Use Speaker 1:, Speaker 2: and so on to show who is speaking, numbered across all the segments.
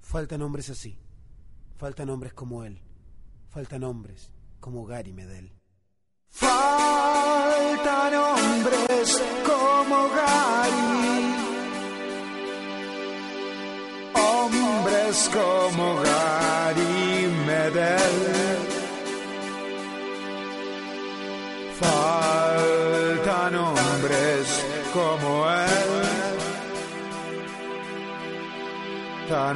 Speaker 1: Faltan hombres así. Faltan hombres como él. Faltan hombres como Gary Medel.
Speaker 2: Faltan hombres como Gary. Hombres como Gary Medel. Faltan hombres como él. Tan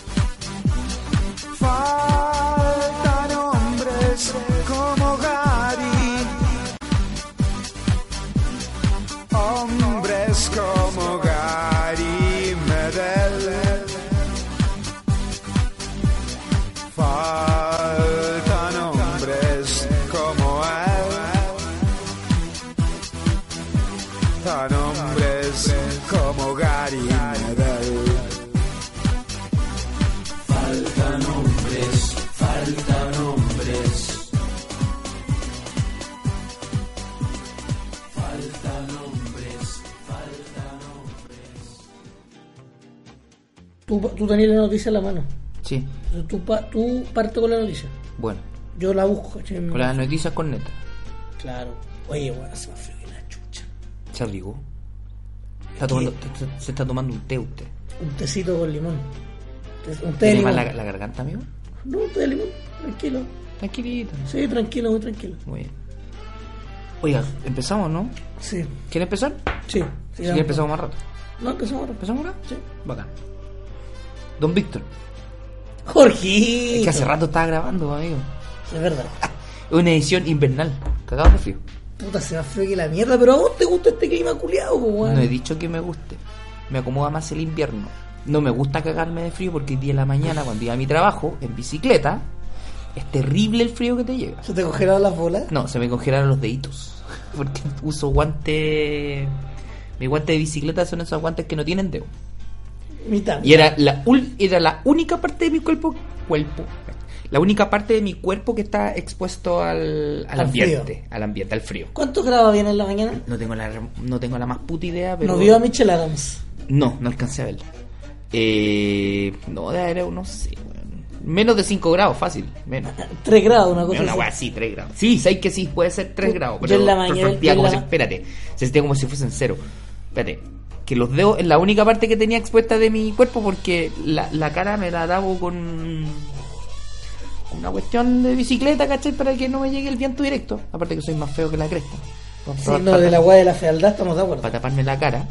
Speaker 2: Faltan hombres como Gary. Hombres como Gary Medel. Faltan hombres como él. Tan hombres como Gary Medel.
Speaker 3: Tú, tú tenías la noticia en la mano.
Speaker 4: Sí,
Speaker 3: Entonces, tú, pa- tú partes con la noticia.
Speaker 4: bueno.
Speaker 3: Yo la busco, ¿cachai?
Speaker 4: Con las noticias con neta.
Speaker 3: Claro. Oye, bueno, hace más frío que la chucha.
Speaker 4: Se abrigó. Está tomando- se- se está tomando un té usted.
Speaker 3: Un tecito con limón. Te- Un té de
Speaker 4: ¿Tiene más
Speaker 3: limón.
Speaker 4: la, la garganta, amigo?
Speaker 3: No, un té de limón. Tranquilo.
Speaker 4: Tranquilito.
Speaker 3: Sí, tranquilo, muy tranquilo.
Speaker 4: Muy bien. Oiga, empezamos, ¿no?
Speaker 3: Sí,
Speaker 4: ¿Quiere empezar?
Speaker 3: sí.
Speaker 4: Si
Speaker 3: sí
Speaker 4: quiere empezamos más rato.
Speaker 3: No, empezamos ahora.
Speaker 4: ¿Empezamos ahora?
Speaker 3: Sí.
Speaker 4: Bacán. Don Víctor,
Speaker 3: Jorge.
Speaker 4: es que hace rato estaba grabando, amigo.
Speaker 3: Es verdad.
Speaker 4: Es una edición invernal. Cagado de frío.
Speaker 3: Puta, se más frío que la mierda. Pero a vos te gusta este clima culiado, weón.
Speaker 4: No he dicho que me guste. Me acomoda más el invierno. No me gusta cagarme de frío porque el día de la mañana, cuando iba a mi trabajo, en bicicleta, es terrible el frío que te llega.
Speaker 3: ¿Se te congelaron las bolas?
Speaker 4: No, se me congelaron los deditos. Porque uso guante. Mi guante de bicicleta son esos guantes que no tienen dedo.
Speaker 3: Mitad.
Speaker 4: Y era la, ul- era la única parte de mi cuerpo. cuerpo la única parte de mi cuerpo que está expuesto al, al
Speaker 3: Al
Speaker 4: ambiente.
Speaker 3: frío.
Speaker 4: Al ambiente, al frío.
Speaker 3: ¿Cuántos grados vienen en la mañana?
Speaker 4: No tengo la, no tengo la más puta idea, pero.
Speaker 3: Nos vio a Michelle Adams.
Speaker 4: No, no alcancé a verla. Eh, no, de aéreo, no sé. weón. Menos de 5 grados, fácil. Menos.
Speaker 3: 3 grados, una
Speaker 4: Es
Speaker 3: cosa
Speaker 4: una
Speaker 3: así.
Speaker 4: weá así, 3 grados. Sí, sabes que sí, puede ser 3 grados.
Speaker 3: Yo
Speaker 4: Pero
Speaker 3: en la mañana-
Speaker 4: pero sentía
Speaker 3: yo en
Speaker 4: como
Speaker 3: la
Speaker 4: si,
Speaker 3: ma-
Speaker 4: espérate, se sentía como si fuesen cero. Espérate, que los dedos es la única parte que tenía expuesta de mi cuerpo porque la, la cara me la daba con con una cuestión de bicicleta, ¿cachai? Para que no me llegue el viento directo. Aparte que soy más feo que la cresta.
Speaker 3: Sí, no, de la weá de la fealdad estamos de acuerdo.
Speaker 4: para taparme la cara.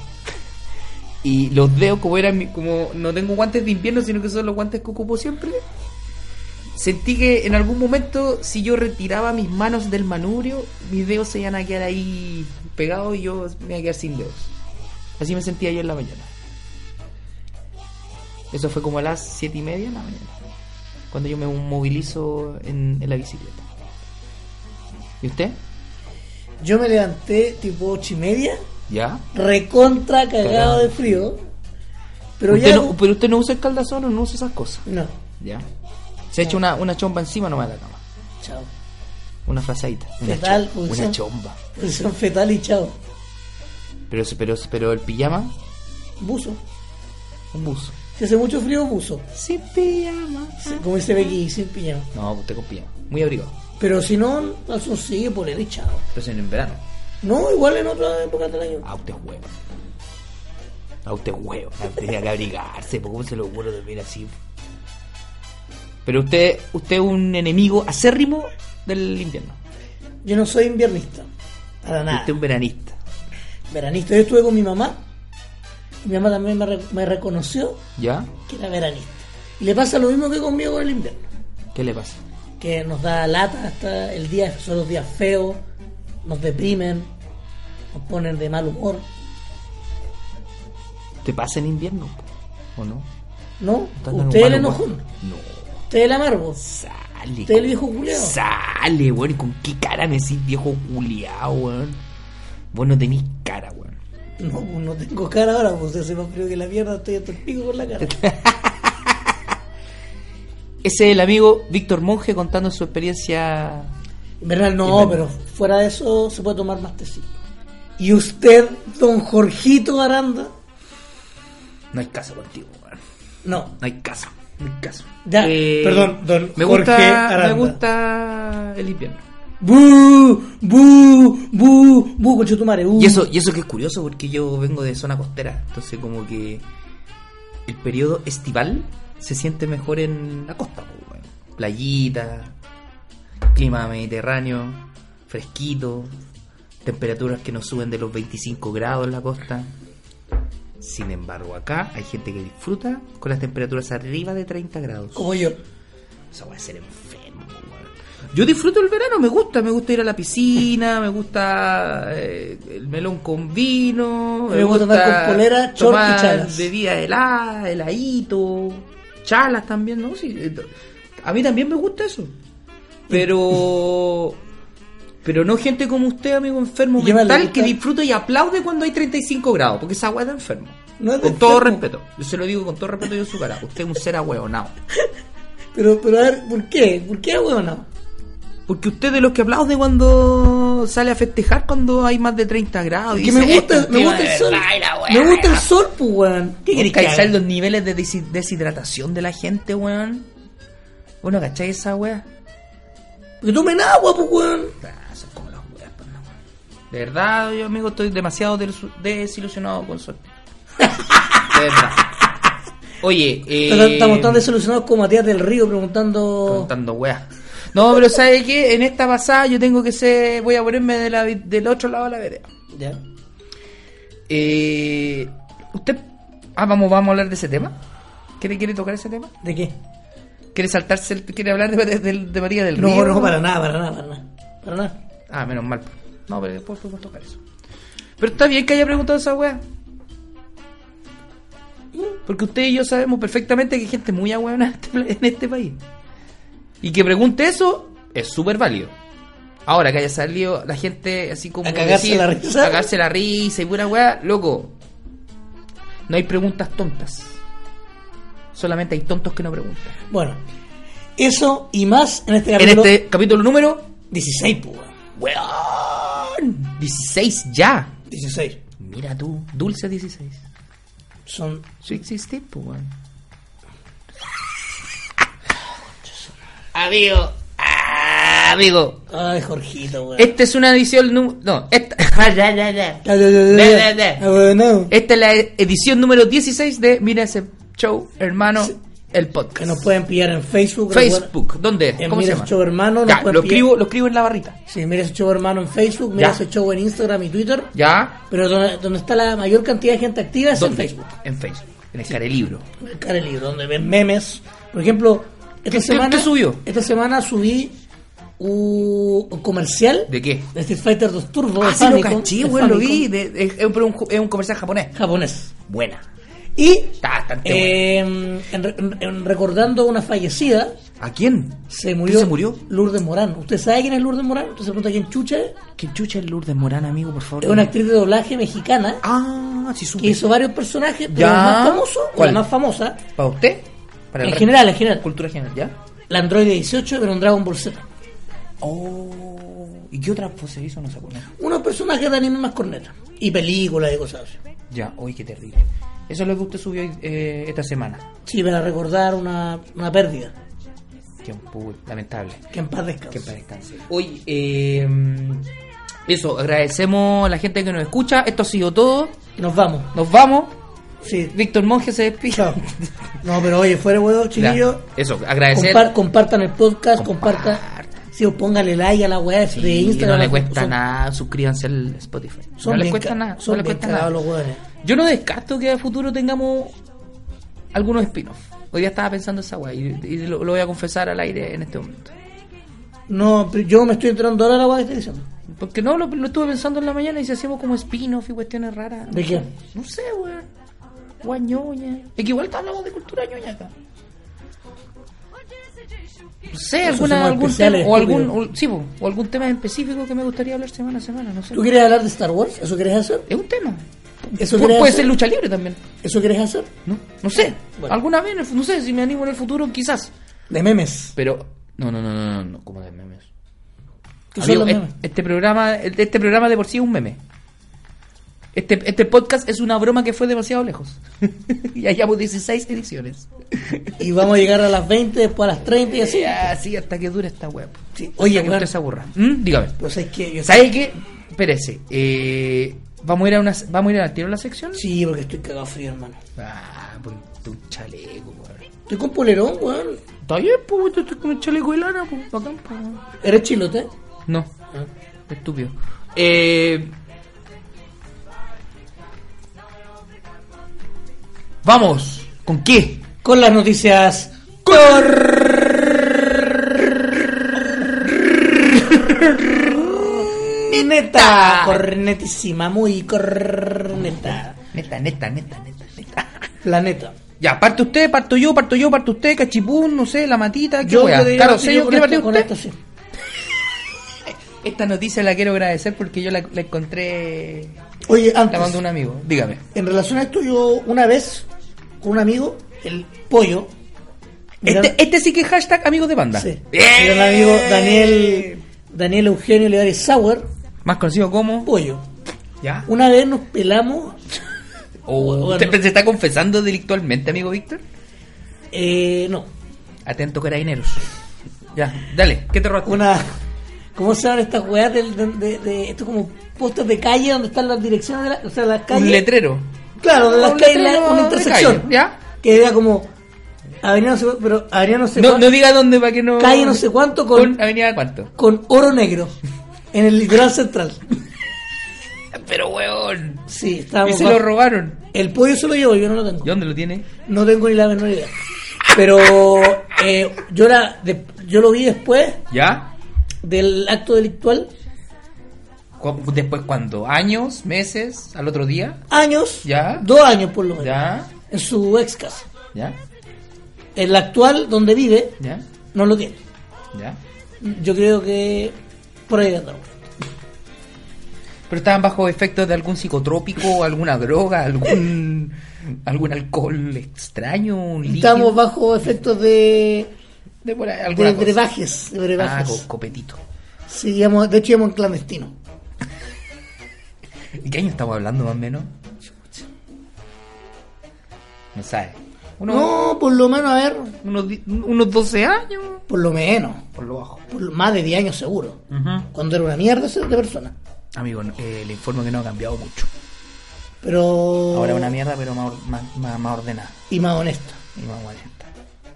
Speaker 4: Y los dedos, como eran mi- como no tengo guantes de invierno, sino que son los guantes que ocupo siempre. Sentí que en algún momento, si yo retiraba mis manos del manubrio, mis dedos se iban a quedar ahí pegados y yo me iba a quedar sin dedos. Así me sentía yo en la mañana. Eso fue como a las siete y media de la mañana, cuando yo me movilizo en, en la bicicleta. ¿Y usted?
Speaker 3: Yo me levanté tipo ocho y media,
Speaker 4: ¿Ya?
Speaker 3: recontra cagado
Speaker 4: Cagado.
Speaker 3: de frío. Pero
Speaker 4: ¿Usted
Speaker 3: ya.
Speaker 4: no- pero usted no usa el caldazón o no usa esas cosas.
Speaker 3: No,
Speaker 4: Ya. Se ha hecho una, una chomba encima nomás de la cama.
Speaker 3: chao.
Speaker 4: Una frazadita. Una,
Speaker 3: Fetal,
Speaker 4: chom-
Speaker 3: pulsón.
Speaker 4: una chomba.
Speaker 3: Posición fetal Pues y chao.
Speaker 4: Pero, pero, pero el pijama,
Speaker 3: Buzo.
Speaker 4: un buzo.
Speaker 3: Si hace mucho frío, buzo.
Speaker 4: Sin pijama.
Speaker 3: Como dice Becky, sin pijama.
Speaker 4: No, usted con pijama. Muy abrigado.
Speaker 3: Pero si no, eso sigue por el chao.
Speaker 4: Pero si no en verano.
Speaker 3: No, igual en otra época del año.
Speaker 4: A usted es huevo. A usted es huevo. Tenía que abrigarse. ¿por ¿Cómo se lo ocurre dormir así? Pero usted, usted es un enemigo acérrimo del invierno.
Speaker 3: Yo no soy inviernista. Para nada.
Speaker 4: Usted es un veranista.
Speaker 3: Veranista. Yo estuve con mi mamá. y Mi mamá también me, re- me reconoció
Speaker 4: ¿Ya?
Speaker 3: que era veranista. Y le pasa lo mismo que conmigo con el invierno.
Speaker 4: ¿Qué le pasa?
Speaker 3: que nos da lata hasta el día, son los días feos, nos deprimen, nos ponen de mal humor,
Speaker 4: ¿Te pasa en invierno? ¿O no?
Speaker 3: ¿no?
Speaker 4: ¿Estás en
Speaker 3: Usted
Speaker 4: un
Speaker 3: el
Speaker 4: mal humor?
Speaker 3: enojón,
Speaker 4: No.
Speaker 3: usted el amargo,
Speaker 4: Sale.
Speaker 3: Usted el viejo culiao.
Speaker 4: Sale, weón. ¿Y con qué cara me decís viejo culiao, weón? Vos no tenés cara, weón.
Speaker 3: No, pues no tengo cara ahora, pues hace más frío que la mierda, estoy hasta el pico con la cara.
Speaker 4: Ese es el amigo Víctor Monge contando su experiencia.
Speaker 3: Invernal no,
Speaker 4: Invernal.
Speaker 3: pero fuera de eso se puede tomar más tecito. Y usted, don Jorgito Aranda,
Speaker 4: No hay caso contigo, weón.
Speaker 3: no.
Speaker 4: No hay caso. No hay caso. Eh,
Speaker 3: Ya, perdón, don
Speaker 4: me
Speaker 3: Jorge
Speaker 4: gusta,
Speaker 3: Aranda.
Speaker 4: Me gusta el invierno.
Speaker 3: Bu, bu, bu, bu, conchetumare, ¡Uh! bu.
Speaker 4: Y eso, y eso que es curioso porque yo vengo de zona costera, entonces como que el periodo estival se siente mejor en la costa, pues, weón. playita, clima mediterráneo, fresquito, temperaturas que no suben de los 25 grados en la costa. Sin embargo, acá hay gente que disfruta con las temperaturas arriba de 30 grados.
Speaker 3: Como yo.
Speaker 4: Eso va a ser enfermo, weón. Yo disfruto el verano, me gusta, me gusta ir a la piscina, me gusta eh, el melón con vino,
Speaker 3: Me gusta andar con polera, short y
Speaker 4: tomar
Speaker 3: chalas.
Speaker 4: Bebida helada, heladito, chalas también, ¿no? Sí, eh, a mí también me gusta eso. Pero. Pero no gente como usted, amigo enfermo
Speaker 3: Llévale,
Speaker 4: mental, que
Speaker 3: está-
Speaker 4: disfruta y aplaude cuando hay 35 grados, porque esa agua es de enfermo.
Speaker 3: No es de
Speaker 4: con todo
Speaker 3: enfermo.
Speaker 4: respeto, yo se lo digo con todo respeto yo en su cara. Usted es un ser ahueonado.
Speaker 3: Pero, pero a ver, ¿por qué? ¿Por qué, weón? No.
Speaker 4: Porque usted es de los que aplaude cuando sale a festejar cuando hay más de 30 grados. y
Speaker 3: Que me
Speaker 4: dice,
Speaker 3: gusta,
Speaker 4: "Este
Speaker 3: me
Speaker 4: tío
Speaker 3: gusta
Speaker 4: de
Speaker 3: el sol.
Speaker 4: verdad era weá".
Speaker 3: Me gusta el sol, pues, weón. ¿Qué
Speaker 4: ¿Vos
Speaker 3: querés que
Speaker 4: ¿Cacháis
Speaker 3: haga?
Speaker 4: los niveles de desi- deshidratación de la gente, weón? Bueno, ¿cacháis esa weá?
Speaker 3: Que tomen agua, pues, weón.
Speaker 4: Ah, son como los weas, pues, no, weón. De verdad, yo, amigo, estoy demasiado desu- desilusionado con sol. De verdad. Oye, eh,
Speaker 3: Estamos tan desilusionados como Matías del Río preguntando.
Speaker 4: contando weá. No, pero ¿sabe qué? En esta pasada yo tengo que ser... Voy a ponerme de la vi- del otro lado de la vereda.
Speaker 3: Ya.
Speaker 4: Eh, ¿Usted... Ah, vamos, vamos a hablar de ese tema? ¿Quiere, quiere tocar ese tema?
Speaker 3: ¿De qué?
Speaker 4: ¿Quiere saltarse? el- ¿Quiere hablar de, de- de María del
Speaker 3: No,
Speaker 4: Río?
Speaker 3: no, para nada, para nada, para nada. Para nada.
Speaker 4: Ah, menos mal. No, pero después podemos tocar eso. Pero está bien que haya preguntado esa weá. Porque usted y yo sabemos perfectamente que hay gente muy ahueona en este pla- en este país. Y que pregunte eso es súper válido. Ahora que haya salido la gente así como.
Speaker 3: A cagarse la risa.
Speaker 4: A cagarse la risa y pura weá, loco. No hay preguntas tontas. Solamente hay tontos que no preguntan.
Speaker 3: Bueno, eso y más en este
Speaker 4: En
Speaker 3: capítulo
Speaker 4: este capítulo número.
Speaker 3: 16, pues, weón.
Speaker 4: ¡Weón! 16 ya.
Speaker 3: 16.
Speaker 4: Mira tú, Dulce 16.
Speaker 3: Son.
Speaker 4: Su existe, pues, weón. Amigo, ah, amigo.
Speaker 3: Ay, Jorgito, weón.
Speaker 4: Esta es una edición nu- No, esta. Ya, ya, ya.
Speaker 3: Ya, ya, ya, ya,
Speaker 4: Ya, ya,
Speaker 3: ya.
Speaker 4: ya.
Speaker 3: Ah, bueno.
Speaker 4: Esta es la edición número 16 de Mira ese show, hermano, el
Speaker 3: Que
Speaker 4: podcast.
Speaker 3: nos pueden pillar en Facebook.
Speaker 4: Facebook, ¿dónde?
Speaker 3: En
Speaker 4: ¿Cómo se
Speaker 3: Mira
Speaker 4: llama?
Speaker 3: ese show, hermano, nos
Speaker 4: Ya,
Speaker 3: pueden
Speaker 4: lo
Speaker 3: pillar.
Speaker 4: escribo, lo escribo en la barrita.
Speaker 3: recuerda- Sí, mira ese show hermano en Facebook, mira
Speaker 4: Ya.
Speaker 3: ese show en Instagram y Twitter.
Speaker 4: ¿Ya?
Speaker 3: Pero donde, donde está la mayor cantidad de gente activa es en
Speaker 4: ¿Dónde?
Speaker 3: Facebook.
Speaker 4: En Facebook. En el carelibro.
Speaker 3: Cara el libro, donde ven memes. Por ejemplo, esta
Speaker 4: ¿Qué-
Speaker 3: semana.
Speaker 4: qué- qué subió?
Speaker 3: Esta semana subí u- un comercial
Speaker 4: ¿De qué?
Speaker 3: de Street Fighter 2 Turbo. de
Speaker 4: Ah, sí, lo
Speaker 3: Famicom,
Speaker 4: caché,
Speaker 3: de
Speaker 4: weón, lo
Speaker 3: Famicom,
Speaker 4: vi. de- es, es un, es un comercial japonés.
Speaker 3: Japonés.
Speaker 4: Buena.
Speaker 3: Y
Speaker 4: Está bastante buena.
Speaker 3: eh, en re- en- en recordando una fallecida,
Speaker 4: ¿A quién?
Speaker 3: se
Speaker 4: ¿Quién
Speaker 3: murió,
Speaker 4: se murió?
Speaker 3: Lourdes Morán. ¿Usted sabe quién es Lourdes Morán? Usted se pregunta quién chucha es.
Speaker 4: ¿Quién chucha es Lourdes Morán, amigo, por favor?
Speaker 3: Es una actriz de doblaje mexicana
Speaker 4: Ah, sí, supe.
Speaker 3: que hizo varios personajes, pero
Speaker 4: Ya.
Speaker 3: la más famoso, o
Speaker 4: ¿Cuál?
Speaker 3: la más famosa,
Speaker 4: ¿Para usted? ¿Para el
Speaker 3: en
Speaker 4: resto?
Speaker 3: general, en general,
Speaker 4: Cultura general, ¿ya?
Speaker 3: la Android 18, pero en Dragon Ball Z.
Speaker 4: Oh. ¿Y qué otra pose hizo? No se acuerda.
Speaker 3: Unos personajes de anime más cornetas. Y películas y cosas así.
Speaker 4: Ya, hoy qué terrible. Eso es lo que usted subió eh, esta semana.
Speaker 3: Sí, para recordar una, una pérdida.
Speaker 4: Qué un pu- lamentable.
Speaker 3: Que en paz descanse.
Speaker 4: Que para descanse. Oye, eh, eso, agradecemos a la gente que nos escucha. Esto ha sido todo.
Speaker 3: Nos vamos.
Speaker 4: Nos vamos.
Speaker 3: Sí.
Speaker 4: Víctor Monge se despide.
Speaker 3: Chao. No, pero oye, fuera de huevo, chiquillos.
Speaker 4: Ya, Eso, agradecer.
Speaker 3: Compar- compartan el podcast,
Speaker 4: Compartan.
Speaker 3: compartan. Sí, o póngale like a la web
Speaker 4: Sí,
Speaker 3: de Instagram.
Speaker 4: no le cuesta
Speaker 3: Son-
Speaker 4: nada, suscríbanse al Spotify.
Speaker 3: Son
Speaker 4: no le
Speaker 3: bien
Speaker 4: cuesta
Speaker 3: ca-
Speaker 4: nada, no
Speaker 3: Son
Speaker 4: le
Speaker 3: bien
Speaker 4: cuesta nada.
Speaker 3: cagados los hueones.
Speaker 4: Yo no descarto que a futuro tengamos algunos spin-offs. Hoy día estaba pensando esa guay y, y lo, lo voy a confesar al aire en este momento.
Speaker 3: No, pero yo me estoy enterando ahora de la web que estoy diciendo.
Speaker 4: Porque no, lo, lo estuve pensando en la mañana y si hacemos como spin-off y cuestiones raras.
Speaker 3: ¿De qué?
Speaker 4: No sé, weón. Guañoña. Es que igual te hablamos de cultura ñoña acá. No sé,
Speaker 3: Esos
Speaker 4: alguna,
Speaker 3: somos
Speaker 4: algún tema,
Speaker 3: especiales,
Speaker 4: o algún,
Speaker 3: estúpido.
Speaker 4: o- sí, po, o algún tema específico que me gustaría hablar semana a semana, no sé.
Speaker 3: ¿Tú quieres hablar de Star Wars? ¿Eso quieres hacer?
Speaker 4: Es un tema.
Speaker 3: Eso
Speaker 4: Pu-
Speaker 3: querés
Speaker 4: puede
Speaker 3: hacer.
Speaker 4: ser lucha libre también.
Speaker 3: ¿Eso querés hacer?
Speaker 4: No, no sé.
Speaker 3: Bueno.
Speaker 4: Alguna vez, en el fu- no sé, si me animo en el futuro, quizás.
Speaker 3: De memes.
Speaker 4: Pero, no, no, no, no, no, no como de memes.
Speaker 3: ¿Qué
Speaker 4: Amigo,
Speaker 3: son los
Speaker 4: es-
Speaker 3: memes?
Speaker 4: Este programa, este programa de por sí es un meme. Este, este podcast es una broma que fue demasiado lejos. ya llevamos 16 ediciones.
Speaker 3: Y vamos a llegar a las 20, después a las 30 y así.
Speaker 4: Y así hasta que dure esta web.
Speaker 3: Oye,
Speaker 4: Oye, que
Speaker 3: weón.
Speaker 4: usted se aburra. ¿Mm? Dígame.
Speaker 3: Pues es que yo
Speaker 4: ¿Sabes qué? Espérese. eh, ¿Vamos a ir a una, vamos a ir al tiro a la sección?
Speaker 3: Sí, porque estoy cagado frío, hermano.
Speaker 4: Ah, ponte un chaleco, weón.
Speaker 3: Estoy con polerón, weón.
Speaker 4: Está bien, pues, weón, estoy con el chaleco de lana, pues, bacán, pues, Ah. weón.
Speaker 3: ¿Eres chilote?
Speaker 4: No, estúpido. Eh, vamos, ¿con qué?
Speaker 3: Con las noticias. Corneta. Cornetísima, muy corneta.
Speaker 4: Neta, neta, neta, neta, neta.
Speaker 3: La neta.
Speaker 4: Ya, parte usted, parto yo, parto yo, parto usted, cachipún, no sé, la matita, Ah, ¿qué wea?
Speaker 3: podría
Speaker 4: Claro,
Speaker 3: decir
Speaker 4: sello,
Speaker 3: con
Speaker 4: ¿qué le
Speaker 3: esto-
Speaker 4: partió
Speaker 3: con
Speaker 4: usted?
Speaker 3: esto sí.
Speaker 4: Esta noticia la quiero agradecer porque yo la, la encontré...
Speaker 3: Oye,
Speaker 4: La mandó
Speaker 3: antes.
Speaker 4: un amigo, dígame.
Speaker 3: En relación a esto, yo una vez, con un amigo, el pollo. mira-
Speaker 4: Este, este sí que es hashtag amigos de banda.
Speaker 3: Sí.
Speaker 4: ¡Bien!
Speaker 3: Era el amigo Daniel, Daniel Eugenio Levares Sauer,
Speaker 4: Más conocido como...
Speaker 3: pollo.
Speaker 4: ¿Ya?
Speaker 3: Una vez nos pelamos,
Speaker 4: Oh,
Speaker 3: Uh, Bueno.
Speaker 4: ¿Usted se está confesando delictualmente, amigo Víctor?
Speaker 3: eh, no,
Speaker 4: Atento, carabineros. Ya, dale, ¿qué te robaste?
Speaker 3: una. ¿Cómo se llaman estas weas del- de, de- de- Esto como postes de calle donde están las direcciones de la- o sea, las calles?
Speaker 4: Un letrero.
Speaker 3: Claro, de las
Speaker 4: Un
Speaker 3: calles, la-
Speaker 4: letrero
Speaker 3: una
Speaker 4: de
Speaker 3: intersección.
Speaker 4: calle, ¿ya?
Speaker 3: Que era como. Avenida no sé, pero Avenida no sé
Speaker 4: No,
Speaker 3: cuán-
Speaker 4: no diga dónde para que no. eh.
Speaker 3: Calle no sé cuánto con-
Speaker 4: avenida cuánto.
Speaker 3: con oro negro en el litoral central.
Speaker 4: Pero weón.
Speaker 3: Sí,
Speaker 4: Y
Speaker 3: estábamos.
Speaker 4: se
Speaker 3: bajo-
Speaker 4: lo robaron.
Speaker 3: El pollo se lo llevo, yo no lo tengo.
Speaker 4: ¿Y dónde lo tiene?
Speaker 3: No tengo ni la menor idea. Pero eh, yo, la, de- yo lo vi después
Speaker 4: ¿Ya?
Speaker 3: del acto delictual,
Speaker 4: Cu- Después, ¿cuándo? ¿Años? ¿Meses? ¿Al otro día?
Speaker 3: años,
Speaker 4: Ya.
Speaker 3: dos años por lo menos,
Speaker 4: ¿Ya?
Speaker 3: en su ex casa.
Speaker 4: ¿Ya?
Speaker 3: En la actual, donde vive,
Speaker 4: ¿Ya?
Speaker 3: no lo tiene.
Speaker 4: ¿Ya?
Speaker 3: Yo creo que por ahí andamos.
Speaker 4: Pero estaban bajo efectos de algún psicotrópico, alguna droga, algún algún alcohol extraño, un líquido.
Speaker 3: Estamos bajo efectos de,
Speaker 4: de por ahí, alguna
Speaker 3: de
Speaker 4: cosa.
Speaker 3: brebajes. De
Speaker 4: Ah,
Speaker 3: brebajes.
Speaker 4: co- copetito.
Speaker 3: Sí, íbamos- de hecho, íbamos en clandestino.
Speaker 4: ¿De qué año estamos hablando más o menos? No sabes. Unos,
Speaker 3: No, por lo menos, a ver,
Speaker 4: unos, di- unos 12 años.
Speaker 3: por lo menos,
Speaker 4: Por lo bajo.
Speaker 3: por lo- más de 10 años seguro. Cuando era una mierda ese- de persona.
Speaker 4: Amigo, no, eh, le informo que no ha cambiado mucho.
Speaker 3: Pero.
Speaker 4: Ahora una mierda, pero más, or- más, más- más ordenada.
Speaker 3: y más honesta,
Speaker 4: Y más honesta.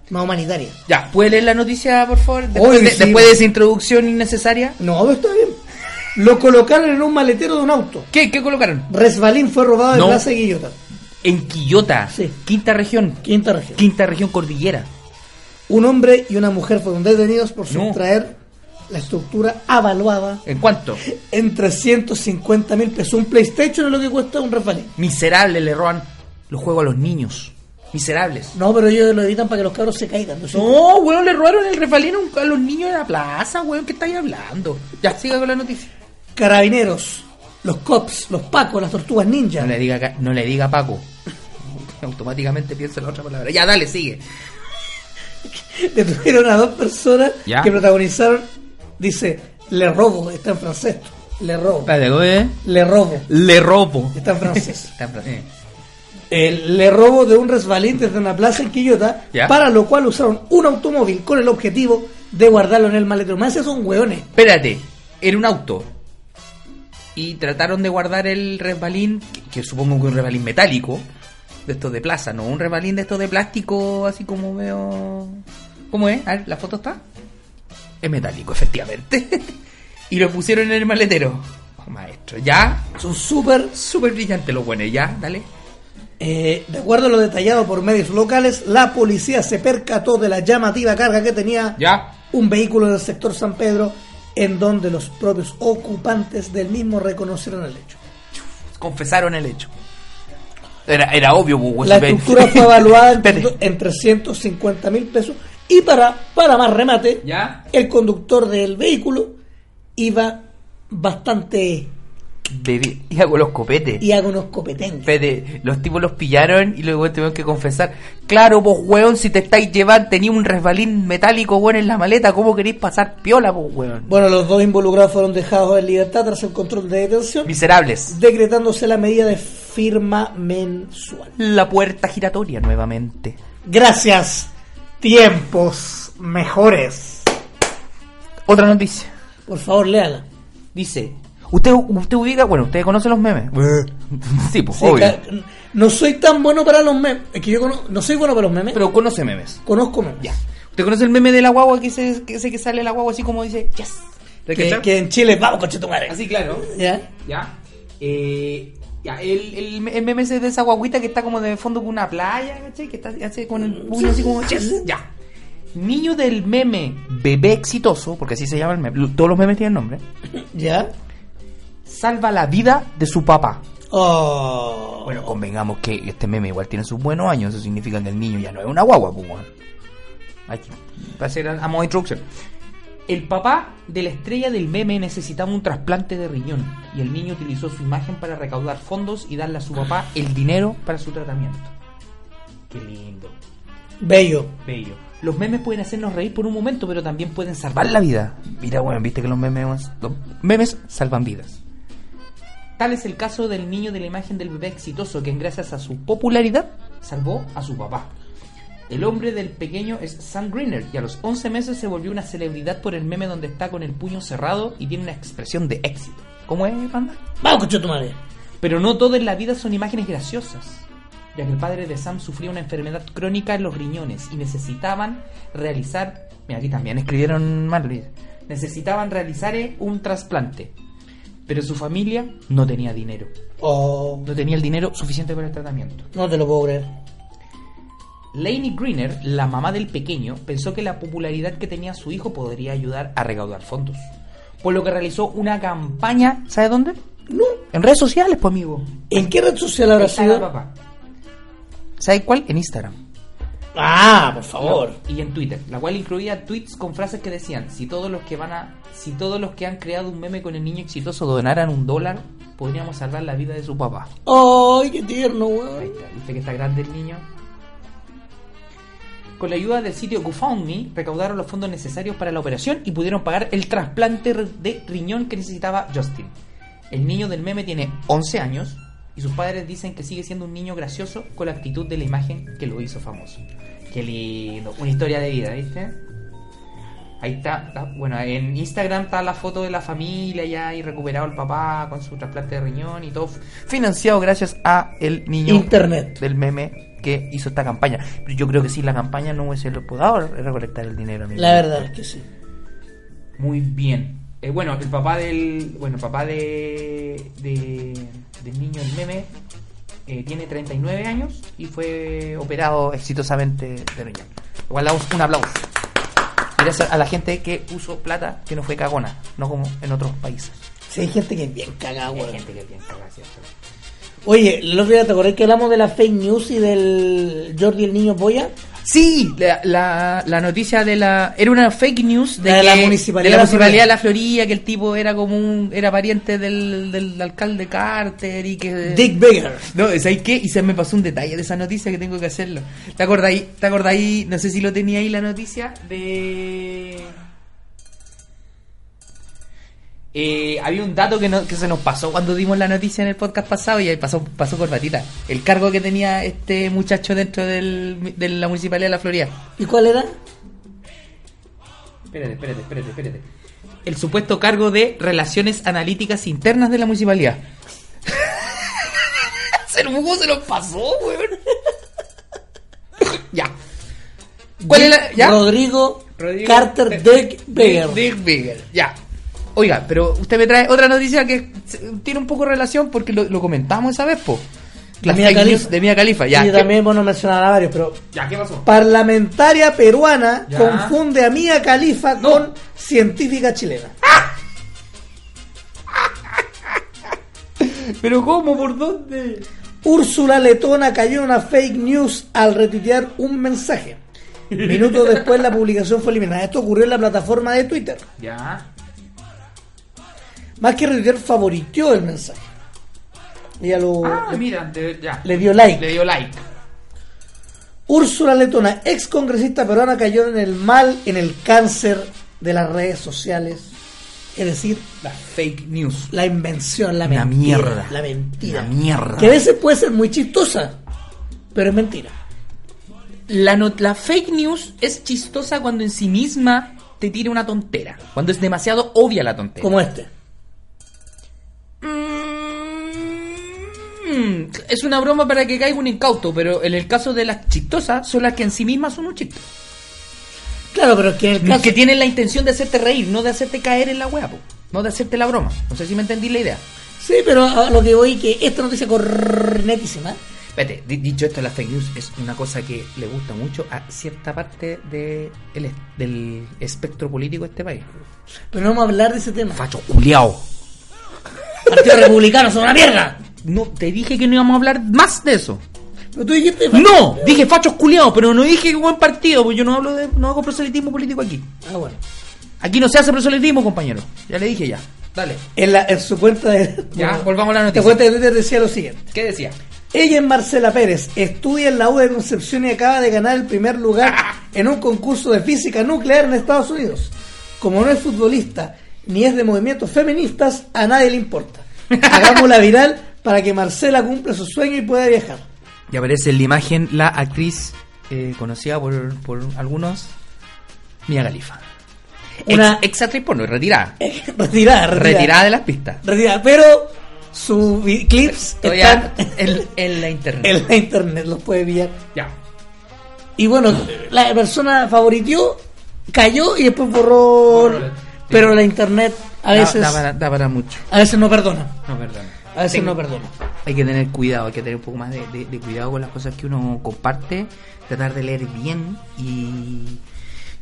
Speaker 3: más humanitaria.
Speaker 4: Ya, ¿puede leer la noticia, por favor?
Speaker 3: Oye,
Speaker 4: Después, de,
Speaker 3: sí.
Speaker 4: después de esa introducción innecesaria.
Speaker 3: No, pero está bien. Lo colocaron en un maletero de un auto.
Speaker 4: ¿Qué, qué colocaron?
Speaker 3: Resbalín fue robado de
Speaker 4: No.
Speaker 3: Plaza Guillota,
Speaker 4: En Quillota,
Speaker 3: Sí.
Speaker 4: quinta región.
Speaker 3: quinta región.
Speaker 4: Quinta región cordillera.
Speaker 3: Un hombre y una mujer fueron detenidos por
Speaker 4: No.
Speaker 3: sustraer la estructura avaluada
Speaker 4: ¿En cuánto?
Speaker 3: en 350 mil pesos. Un PlayStation es lo que cuesta un resbalín.
Speaker 4: Miserables le roban los juegos a los niños. Miserables.
Speaker 3: No, pero ellos lo evitan para que los cabros se caigan. ¿no?
Speaker 4: No, weón, le robaron el refalín a un- a los niños de la plaza, weón, ¿qué estáis hablando? Ya, siga con la noticia.
Speaker 3: Carabineros, los cops, los pacos, las tortugas ninja.
Speaker 4: No le diga, ca- no le diga Paco. Automáticamente piensa en la otra palabra. Ya, dale, sigue.
Speaker 3: Detuvieron a dos personas
Speaker 4: Ya.
Speaker 3: que protagonizaron, dice, le robo, está en francés, le robo, le robo,
Speaker 4: Le robo.
Speaker 3: está en francés.
Speaker 4: Está en plan- eh.
Speaker 3: El- Eh, le robo de un resbalín desde una plaza en Quillota,
Speaker 4: Ya.
Speaker 3: para lo cual usaron un automóvil con el objetivo de guardarlo en el maletero. Más esos son hueones.
Speaker 4: Espérate, era un auto. Y trataron de guardar el resbalín, que, que supongo que un resbalín metálico, de estos de plaza, no un resbalín de estos de plástico, así como veo. ¿Cómo es? A ver, ¿la foto está? Es metálico, efectivamente. y lo pusieron en el maletero. Oh, maestro, ya.
Speaker 3: Son súper...
Speaker 4: Súper brillante los buenos, ya, dale.
Speaker 3: eh, de acuerdo a lo detallado por medios locales, la policía se percató de la llamativa carga que tenía
Speaker 4: Ya.
Speaker 3: un vehículo del sector San Pedro, en donde los propios ocupantes del mismo reconocieron el hecho.
Speaker 4: Confesaron el hecho. Era, era obvio, pues,
Speaker 3: La
Speaker 4: ven.
Speaker 3: estructura fue evaluada en,
Speaker 4: Espérate.
Speaker 3: en 350 mil pesos y para, para más remate,
Speaker 4: Ya.
Speaker 3: el conductor del vehículo iba bastante
Speaker 4: Bebí- y hago los copetes.
Speaker 3: Y hago unos copetengues.
Speaker 4: Espérate, los tipos los pillaron y luego tuvieron que confesar. Claro, vos, weón, si te estáis llevando, tenía un resbalín metálico, weón, en la maleta. ¿Cómo queréis pasar piola, vos, weón?
Speaker 3: Bueno, los dos involucrados fueron dejados en libertad tras el control de detención,
Speaker 4: Miserables.
Speaker 3: decretándose la medida de firma mensual.
Speaker 4: La puerta giratoria nuevamente.
Speaker 5: Gracias. Tiempos mejores.
Speaker 4: Otra noticia.
Speaker 3: Por favor, léala.
Speaker 4: Dice, usted, usted ubica, bueno, ustedes conocen los memes. sí, pues,
Speaker 3: Sí,
Speaker 4: obvio.
Speaker 3: ca- no soy tan bueno para los memes. Es que yo cono- no soy bueno para los memes, pero
Speaker 4: Pero conoce memes.
Speaker 3: conozco memes.
Speaker 4: Ya. ¿Usted conoce el meme de la guagua que se que, ese que sale la guagua así como dice, yes? ¿Lo
Speaker 3: Que,
Speaker 4: cachai?
Speaker 3: que en Chile, vamos, conchetumare.
Speaker 4: Así, claro.
Speaker 3: ¿Ya?
Speaker 4: Ya. Eh, ya, el, el, el meme ese de esa guaguita que está como de fondo con una playa, ¿cachai? Que está hace con el puño así como. "Yes", Ya. Niño del meme bebé exitoso, porque así se llama el meme, todos los memes tienen nombre,
Speaker 3: ¿Ya?
Speaker 4: salva la vida de su papá.
Speaker 3: Oh.
Speaker 4: Bueno, convengamos que este meme igual tiene sus buenos años, eso significa que el niño ya no es una guagua, pues, weón. Hay que hacer a a modo de introducción. El papá de la estrella del meme necesitaba un trasplante de riñón y el niño utilizó su imagen para recaudar fondos y darle a su papá el dinero para su tratamiento. Qué lindo,
Speaker 3: Bello.
Speaker 4: bello. Los memes pueden hacernos reír por un momento, pero también pueden salvar la vida. Mira, bueno, viste que los memes, los memes salvan vidas. Tal es el caso del niño de la imagen del bebé exitoso, quien gracias a su popularidad salvó a su papá. El hombre del pequeño es Sam Greener y a los 11 meses se volvió una celebridad por el meme donde está con el puño cerrado y tiene una expresión de éxito. ¿Cómo es, Panda?
Speaker 3: Vamos, conchetumare.
Speaker 4: Pero no todo en la vida son imágenes graciosas, ya que el padre de Sam sufría una enfermedad crónica en los riñones y necesitaban realizar. Mira, aquí también escribieron mal, Luis. Necesitaban realizar eh, un trasplante, pero su familia no tenía dinero.
Speaker 3: Oh.
Speaker 4: No tenía el dinero suficiente para el tratamiento.
Speaker 3: No te lo puedo creer.
Speaker 4: Lainey Greener, la mamá del pequeño, pensó que la popularidad que tenía su hijo podría ayudar a recaudar fondos. Por lo que realizó una campaña, ¿sabe dónde?
Speaker 3: No.
Speaker 4: En redes sociales, pues amigo.
Speaker 3: ¿En qué red social habrá sido?
Speaker 4: ¿Sabe cuál? En Instagram.
Speaker 3: Ah, por favor.
Speaker 4: Y en Twitter, la cual incluía tweets con frases que decían, si todos los que van a si todos los que han creado un meme con el niño exitoso donaran un dólar, podríamos salvar la vida de su papá.
Speaker 3: ¡Ay, qué tierno,
Speaker 4: Ahí
Speaker 3: weón!
Speaker 4: está, viste que está grande el niño. Con la ayuda del sitio GoFundMe, recaudaron los fondos necesarios para la operación y pudieron pagar el trasplante de riñón que necesitaba Justin. El niño del meme tiene 11 años y sus padres dicen que sigue siendo un niño gracioso con la actitud de la imagen que lo hizo famoso. Qué lindo, una historia de vida, ¿viste? Ahí está, la- bueno, en Instagram está la foto de la familia ya y recuperado el papá con su trasplante de riñón y todo financiado gracias a el niño
Speaker 3: Internet.
Speaker 4: del meme que hizo esta campaña. Pero Yo creo que si la campaña no hubiese podido recolectar el dinero. amigo.
Speaker 3: La verdad es que sí.
Speaker 4: Muy bien. Eh, bueno, el papá del. Bueno, el papá de. de- del niño del meme eh, tiene 39 años y fue operado exitosamente de riñón. Igual damos un aplauso. Gracias a la gente que puso plata que no fue cagona, no como en otros países.
Speaker 3: Sí, hay gente que es bien cagada,
Speaker 4: Hay
Speaker 3: weón.
Speaker 4: gente que piensa, gracias.
Speaker 3: Oye, el otro día te acordás que hablamos de la fake news y del Jordi el niño polla.
Speaker 4: Sí, la, la, la noticia de la. Era una fake news de,
Speaker 3: La de la
Speaker 4: que-
Speaker 3: municipalidad
Speaker 4: de
Speaker 3: de
Speaker 4: la
Speaker 3: la
Speaker 4: municipalidad
Speaker 3: Florida.
Speaker 4: de la Florida, que el tipo era como un. Era pariente del, del alcalde Carter y que.
Speaker 3: Dick Baker.
Speaker 4: No, ¿sabes qué? Y se me pasó un detalle de esa noticia que tengo que hacerlo. ¿Te acordáis? ¿Te acordáis? No sé si lo tenía ahí la noticia de. Eh, había un dato que, no- que se nos pasó cuando dimos la noticia en el podcast pasado y ahí pasó, pasó corbatita. El cargo que tenía este muchacho dentro del- de la municipalidad de la Florida.
Speaker 3: ¿Y cuál era?
Speaker 4: Espérate, espérate, espérate, espérate. El supuesto cargo de Relaciones Analíticas Internas de la Municipalidad. se nos, ¿cómo se nos pasó, weón. ya. ¿Cuál es la...? ¿Ya?
Speaker 3: Rodrigo,
Speaker 4: Rodrigo-
Speaker 3: Carter Dick Baker.
Speaker 4: Dick Bigger, ya. Oiga, pero usted me trae otra noticia que se- tiene un poco de relación porque lo, lo comentamos esa vez, po. La
Speaker 3: Mia
Speaker 4: fake
Speaker 3: Khalifa.
Speaker 4: news de Mia Califa, ya.
Speaker 3: y
Speaker 4: ¿Qué-
Speaker 3: también, bueno, mencionaba varios, pero
Speaker 4: Ya, ¿qué pasó?
Speaker 3: parlamentaria peruana
Speaker 4: Ya.
Speaker 3: confunde a Mía Califa
Speaker 4: No.
Speaker 3: con científica chilena.
Speaker 4: ¿Pero cómo? ¿Por dónde?
Speaker 3: Úrsula Letona cayó en una fake news al retuitear un mensaje. Minutos después la publicación fue eliminada. Esto ocurrió en la plataforma de Twitter.
Speaker 4: Ya.
Speaker 3: Más que retuitear, favoriteó el mensaje. Ella lo.
Speaker 4: Ah,
Speaker 3: le-
Speaker 4: mira, de- ya.
Speaker 3: le dio like.
Speaker 4: Le dio like.
Speaker 3: Úrsula Letona, ex congresista peruana, cayó en el mal, en el cáncer de las redes sociales. Es decir,
Speaker 4: Las fake news.
Speaker 3: la invención, la
Speaker 4: Una
Speaker 3: mentira.
Speaker 4: mierda.
Speaker 3: La mentira.
Speaker 4: Una mierda.
Speaker 3: Que a veces puede ser muy chistosa, pero es mentira.
Speaker 4: La, no- la fake news es chistosa cuando en sí misma te tira una tontera. Cuando es demasiado obvia la tontera.
Speaker 3: Como este.
Speaker 4: Mm, es una broma para que caiga un incauto, pero en el caso de las chistosas son las que en sí mismas son un chiste.
Speaker 3: Claro, pero es que en el
Speaker 4: Las
Speaker 3: caso.
Speaker 4: que tienen la intención de hacerte reír, no de hacerte caer en la hueá, po. no de hacerte la broma. No sé si me entendí la idea.
Speaker 3: Sí, pero a lo que voy, que esta noticia cornetísima.
Speaker 4: Espérate, di- dicho esto, las fake news es una cosa que le gusta mucho a cierta parte de el es- del espectro político de este país.
Speaker 3: Pero no vamos a hablar de ese tema.
Speaker 4: Facho, culiao.
Speaker 3: Partido Republicano son una mierda.
Speaker 4: No, te dije que no íbamos a hablar más de eso.
Speaker 3: Pero tú dijiste.
Speaker 4: ¡No! Dije fachos culiados, pero no dije que buen partido, porque yo no hablo de. no hago proselitismo político aquí.
Speaker 3: Ah, bueno.
Speaker 4: Aquí no se hace proselitismo, compañero. Ya le dije ya. Dale.
Speaker 3: En, la- en su cuenta de.
Speaker 4: Ya,
Speaker 3: bueno,
Speaker 4: volvamos a la
Speaker 3: esta
Speaker 4: noticia.
Speaker 3: cuenta de Twitter decía lo siguiente.
Speaker 4: ¿Qué decía?
Speaker 3: Ella es Marcela Pérez, estudia en la U de Concepción y acaba de ganar el primer lugar en un concurso de física nuclear en Estados Unidos. Como no es futbolista ni es de movimientos feministas, a nadie le importa. Hagámosla viral para que Marcela cumpla su sueño y pueda viajar.
Speaker 4: Y aparece en la imagen la actriz eh, conocida por, por algunos, Mia Galifa.
Speaker 3: Una-
Speaker 4: Ex, actriz porno, retirada.
Speaker 3: retirada, retirada.
Speaker 4: Eh, Retirada de las pistas.
Speaker 3: Retirada, pero sus vi- clips
Speaker 4: Todavía
Speaker 3: están
Speaker 4: en, en la internet.
Speaker 3: en la internet, los puede pillar.
Speaker 4: Ya.
Speaker 3: Y bueno, la persona favoritió, cayó y después borró. Pero la internet a
Speaker 4: Da-
Speaker 3: veces,
Speaker 4: Da, para, da para mucho.
Speaker 3: a veces no perdona.
Speaker 4: No, perdona.
Speaker 3: A veces
Speaker 4: Tengo-
Speaker 3: no perdona.
Speaker 4: Hay que tener cuidado, hay que tener un poco más de, de- de cuidado con las cosas que uno comparte, tratar de leer bien y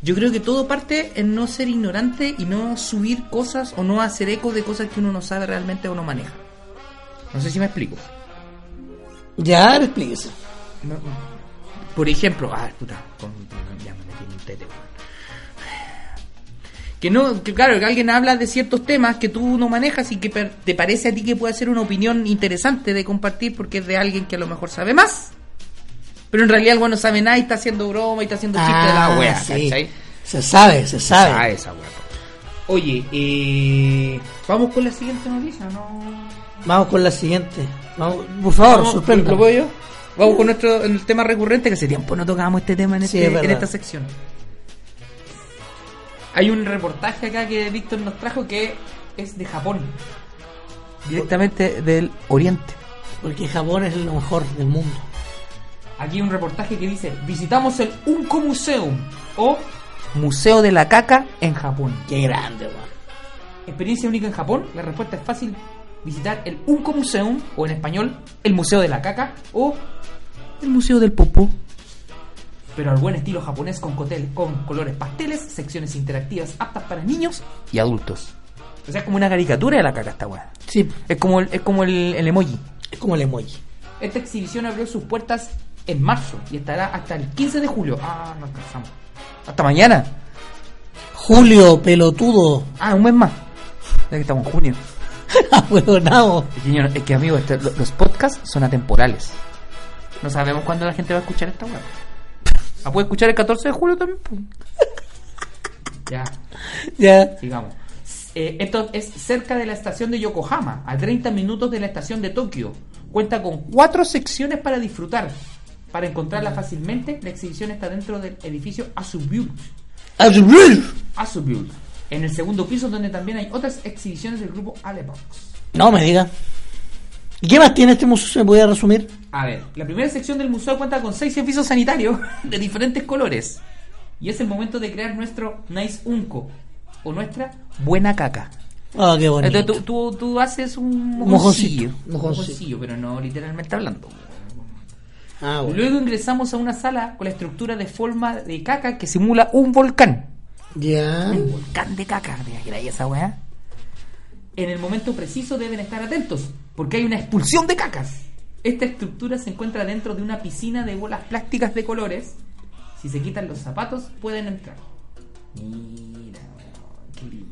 Speaker 4: yo creo que todo parte en no ser ignorante y no subir cosas o no hacer eco de cosas que uno no sabe realmente o no maneja. No sé si me explico.
Speaker 3: Ya, le explíquese.
Speaker 4: No, no. Por ejemplo, ah, puta, con, con- ya me metí en un tete, weón. Que no, que claro, que alguien habla de ciertos temas que tú no manejas y que per- te parece a ti que puede ser una opinión interesante de compartir porque es de alguien que a lo mejor sabe más. Pero en realidad el bueno no sabe nada y está haciendo broma y está haciendo chiste de la wea,
Speaker 3: Ah, sí.
Speaker 4: ¿cachai?
Speaker 3: Se sabe, se sabe.
Speaker 4: Ah, esa wea. Oye, eh, vamos con la siguiente noticia, ¿no?
Speaker 3: Vamos con la siguiente. Vamos, por favor,
Speaker 4: Vamos,
Speaker 3: sorprenda.
Speaker 4: ¿Lo puedo yo? Vamos con nuestro el tema recurrente, que hace tiempo no tocábamos este tema en,
Speaker 3: Sí,
Speaker 4: este-
Speaker 3: es verdad.
Speaker 4: en esta sección. Hay un reportaje acá que Víctor nos trajo que es de Japón. Directamente del Oriente.
Speaker 3: Porque Japón es lo mejor del mundo.
Speaker 4: Aquí hay un reportaje que dice, visitamos el Unko Museum o Museo de la Caca en Japón.
Speaker 3: Qué grande, weón.
Speaker 4: Experiencia única en Japón, la respuesta es fácil. Visitar el Unco Museum, o en español, el Museo de la Caca, o el Museo del Popó. Pero al buen estilo japonés con, cotel, con colores pasteles, secciones interactivas aptas para niños y adultos. O sea, es como una caricatura de la caca esta weá.
Speaker 3: Sí,
Speaker 4: Es como, el, es como el, el emoji.
Speaker 3: es como el emoji.
Speaker 4: Esta exhibición abrió sus puertas en marzo y estará hasta el 15 de julio. Ah, no alcanzamos. Hasta mañana.
Speaker 3: Julio, pelotudo, Ah,
Speaker 4: Ah, un mes más. Ya que estamos en junio.
Speaker 3: abuelonado.
Speaker 4: Señor, es que amigo, este- lo- los podcasts son atemporales. No sabemos cuándo la gente va a escuchar esta web. La puede escuchar el 14 de julio también. po. Ya,
Speaker 3: Ya.
Speaker 4: sigamos. Eh, esto es cerca de la estación de Yokohama, a 30 minutos de la estación de Tokio. Cuenta con cuatro secciones para disfrutar. Para encontrarla fácilmente, la exhibición está dentro del edificio Asubuilt. Asubuilt, en el segundo piso donde también hay otras exhibiciones del grupo Alebox.
Speaker 3: No me diga. ¿Y qué más tiene este museo? ¿Me voy a resumir?
Speaker 4: A ver, la primera sección del museo cuenta con seis servicios sanitarios de diferentes colores. Y es el momento de crear nuestro Nice Unco. O nuestra buena caca.
Speaker 3: Ah, qué bonito.
Speaker 4: Entonces Este tú, tú, tú haces un
Speaker 3: Mojoncito,
Speaker 4: mojoncillo.
Speaker 3: mojoncito.
Speaker 4: Mojoncillo, pero no literalmente hablando.
Speaker 3: Ah,
Speaker 4: Luego ingresamos a una sala con la estructura de forma de caca que simula un volcán.
Speaker 3: Ya.
Speaker 4: Un volcán de caca, mira, que era ahí esa weá. En el momento preciso deben estar atentos, porque hay una expulsión de cacas. Esta estructura se encuentra dentro de una piscina de bolas plásticas de colores. Si se quitan los zapatos, pueden entrar. Mira, weón, qué lindo.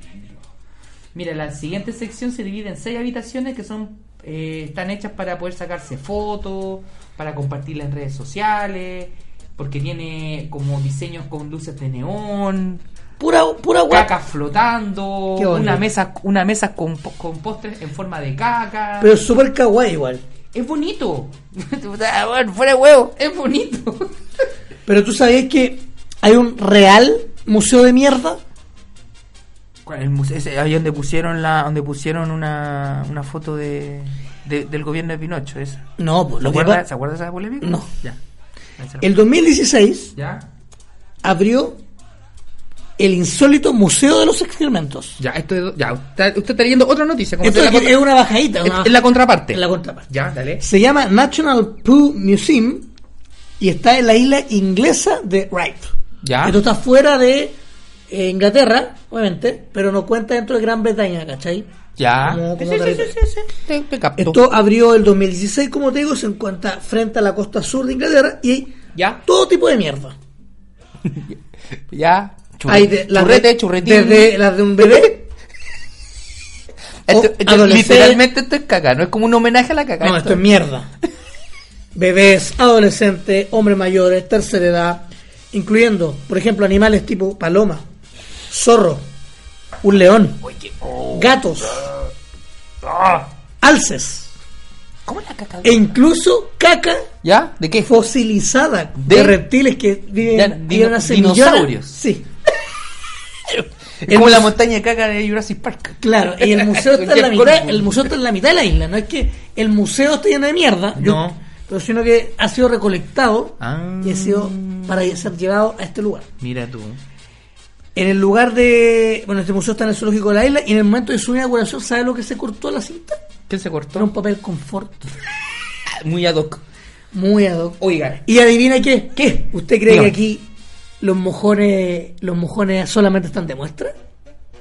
Speaker 4: Mira, la siguiente sección se divide en seis habitaciones que son eh, están hechas para poder sacarse fotos, para compartirlas en redes sociales, porque tiene como diseños con luces de neón,
Speaker 3: Pura, pura guaca.
Speaker 4: cacas flotando,
Speaker 3: Qué bonito.
Speaker 4: una mesa, una mesa con, po- con postres en forma de caca.
Speaker 3: Pero es súper kawaii igual.
Speaker 4: Es bonito. Ah, bueno, Fuera de huevo, es bonito.
Speaker 3: Pero tú sabías que hay un real museo de mierda.
Speaker 4: ¿Cuál, el museo? Ese, ahí donde pusieron la, donde pusieron una, una foto de, de- del gobierno de Pinocho, esa.
Speaker 3: No, pues
Speaker 4: ¿Se
Speaker 3: lo que
Speaker 4: acuerda,
Speaker 3: pa-
Speaker 4: ¿Se acuerda esa polémica?
Speaker 3: No.
Speaker 4: Ya. Ahí se la-
Speaker 3: El 2016
Speaker 4: Ya.
Speaker 3: abrió el insólito Museo de los Excrementos.
Speaker 4: Ya, esto es, ya, usted, usted está leyendo otra noticia. como
Speaker 3: Esto
Speaker 4: sea
Speaker 3: es,
Speaker 4: la
Speaker 3: que
Speaker 4: contra-
Speaker 3: es una bajadita. una
Speaker 4: es- es la contraparte.
Speaker 3: baja- la contraparte.
Speaker 4: Ya, dale.
Speaker 3: Se llama National Poo Museum y está en la isla inglesa de Wright.
Speaker 4: Ya.
Speaker 3: Esto está fuera de eh, Inglaterra, obviamente, pero no cuenta dentro de Gran Bretaña, ¿cachai?
Speaker 4: Ya.
Speaker 3: Como- como
Speaker 4: Ah. Sí, sí, sí,
Speaker 3: territorio.
Speaker 4: sí, sí. Te, te capto.
Speaker 3: Esto abrió el 2016, como te digo, se encuentra frente a la costa sur de Inglaterra y hay
Speaker 4: Ya.
Speaker 3: todo tipo de mierda.
Speaker 4: Ya. Churre-
Speaker 3: Hay de, las
Speaker 4: churrete,
Speaker 3: de-
Speaker 4: churretín.
Speaker 3: Desde las de un bebé.
Speaker 4: Esto-
Speaker 3: o
Speaker 4: esto-
Speaker 3: adolescente.
Speaker 4: literalmente esto es caca, Oh, no es como un homenaje a la caca.
Speaker 3: No, esto es mierda. Bebés, adolescentes, hombres mayores, tercera edad, incluyendo, por ejemplo, animales tipo paloma, zorro, un león,
Speaker 4: oh.
Speaker 3: gatos, alces
Speaker 4: ¿Cómo la caca?
Speaker 3: e incluso caca
Speaker 4: ¿Ya? ¿De qué?
Speaker 3: fosilizada de,
Speaker 4: De-
Speaker 3: reptiles que
Speaker 4: Ya,
Speaker 3: viven,
Speaker 4: dino-
Speaker 3: vivían hace
Speaker 4: dinosaurios.
Speaker 3: millones- Sí,
Speaker 4: Es como la montaña de caca de Jurassic Park.
Speaker 3: claro. Y el museo está en la
Speaker 4: Cualquier cosa.
Speaker 3: mitad, el museo está en la mitad de la isla. No es que el museo esté lleno de mierda, yo-
Speaker 4: No.
Speaker 3: pero sino que ha sido recolectado
Speaker 4: Ah.
Speaker 3: y ha sido para ser llevado a este lugar.
Speaker 4: Mira tú.
Speaker 3: En el lugar de, bueno, este museo está en el zoológico de la isla y en el momento de su inauguración, ¿sabe lo que se cortó la cinta?
Speaker 4: ¿Qué se cortó?
Speaker 3: Era un papel confort,
Speaker 4: Muy ad hoc.
Speaker 3: muy ad hoc.
Speaker 4: Oiga.
Speaker 3: Y adivina qué, ¿qué? ¿Usted cree
Speaker 4: Dígame.
Speaker 3: que aquí los mojones, los mojones solamente están de muestra?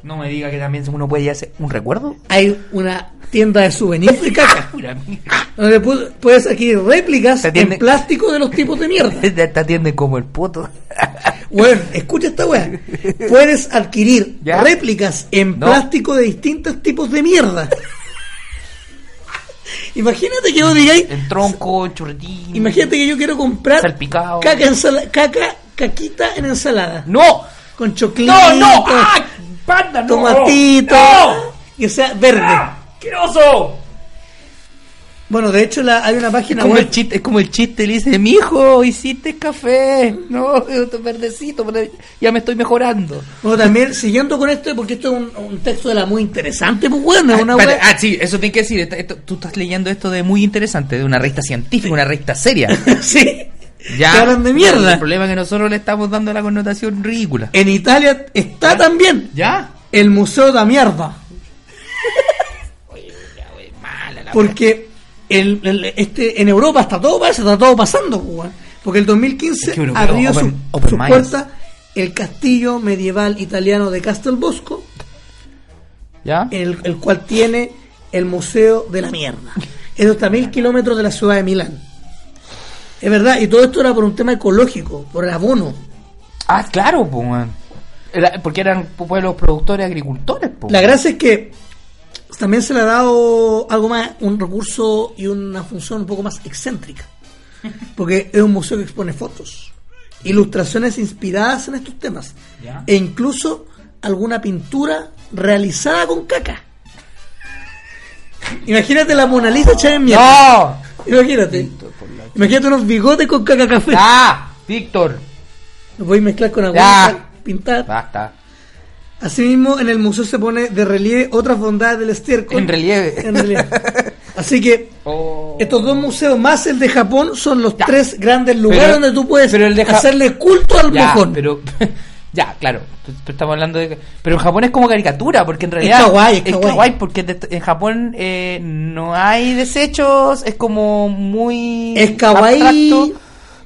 Speaker 4: No me diga que también uno puede llevarse un recuerdo.
Speaker 3: hay una tienda de souvenirs de caca.
Speaker 4: Mira,
Speaker 3: Donde pu- puedes adquirir réplicas
Speaker 4: Se atiende-
Speaker 3: en plástico de los tipos de mierda.
Speaker 4: Te atiende como el puto.
Speaker 3: Bueno, escucha esta weá. Puedes adquirir
Speaker 4: ¿Ya?
Speaker 3: réplicas en
Speaker 4: No.
Speaker 3: plástico de distintos tipos de mierda. Imagínate que vos digáis,
Speaker 4: El tronco, el churretín.
Speaker 3: imagínate que yo quiero comprar
Speaker 4: Salpicado.
Speaker 3: caca, ensala- caca caquita en ensalada.
Speaker 4: ¡No!
Speaker 3: Con chocolate,
Speaker 4: ¡No, no! ¡Ay! ¡Panda, no!
Speaker 3: tomatito.
Speaker 4: ¡No!
Speaker 3: Y o sea, verde.
Speaker 4: ¡Ah! ¡Qué oso!
Speaker 3: Bueno, de hecho la- hay una
Speaker 4: Es
Speaker 3: página
Speaker 4: como,
Speaker 3: web.
Speaker 4: el chiste, es como el chiste, le dice, mijo, hiciste café. No, esto es verdecito, verde- ya me estoy mejorando.
Speaker 3: Bueno, también siguiendo con esto, porque esto es un, un texto de la muy interesante, pues bueno, es una
Speaker 4: ah, espérate,
Speaker 3: wea-
Speaker 4: ah, sí, eso tiene que decir. esta- esto- tú estás leyendo esto de muy interesante, de una revista científica, una revista seria.
Speaker 3: sí.
Speaker 4: Ya.
Speaker 3: Que hablan de mierda.
Speaker 4: El problema es que nosotros le estamos dando la connotación ridícula.
Speaker 3: En Italia está también
Speaker 4: ¿Ya?
Speaker 3: el Museo de la Mierda,
Speaker 4: Mala la
Speaker 3: porque el, el- este, en Europa está todo, se está todo pasando, pues, weón. porque el 2015
Speaker 4: Es que europeo,
Speaker 3: abrió su,
Speaker 4: open- open
Speaker 3: su
Speaker 4: minds.
Speaker 3: puerta el castillo medieval italiano de Castel Bosco,
Speaker 4: ¿Ya?
Speaker 3: el, el cual tiene el Museo de la Mierda. Es de 8000 kilómetros de la ciudad de Milán. Es verdad, y todo esto era por un tema ecológico, por el abono.
Speaker 4: Ah, claro, pues, weón. Era- porque eran pueblos productores, agricultores, pues.
Speaker 3: La gracia es que también se le ha dado algo más, un recurso y una función un poco más excéntrica. Porque es un museo que expone fotos, ilustraciones inspiradas en estos temas.
Speaker 4: Ya.
Speaker 3: E incluso alguna pintura realizada con caca. Imagínate la Mona Lisa echada en mierda.
Speaker 4: ¡No!
Speaker 3: Imagínate. Imagínate unos bigotes con caca café.
Speaker 4: ¡Ya! Ah, Víctor,
Speaker 3: Los voy a mezclar con
Speaker 4: Ya.
Speaker 3: agua pintada.
Speaker 4: basta.
Speaker 3: Asimismo, en el museo se pone de relieve otras bondades del estiércol.
Speaker 4: En relieve.
Speaker 3: En relieve. Así que
Speaker 4: Oh.
Speaker 3: estos dos museos más el de Japón son los
Speaker 4: Ya.
Speaker 3: tres grandes lugares
Speaker 4: Pero-
Speaker 3: donde tú puedes
Speaker 4: pero el de Ja-
Speaker 3: hacerle culto al
Speaker 4: ya,
Speaker 3: mojón.
Speaker 4: pero ya, claro, tú- tú estamos hablando de pero en Japón es como caricatura, porque en realidad
Speaker 3: kawaii, es kawaii.
Speaker 4: porque de- en Japón eh, no hay desechos, es como muy
Speaker 3: Es kawaii.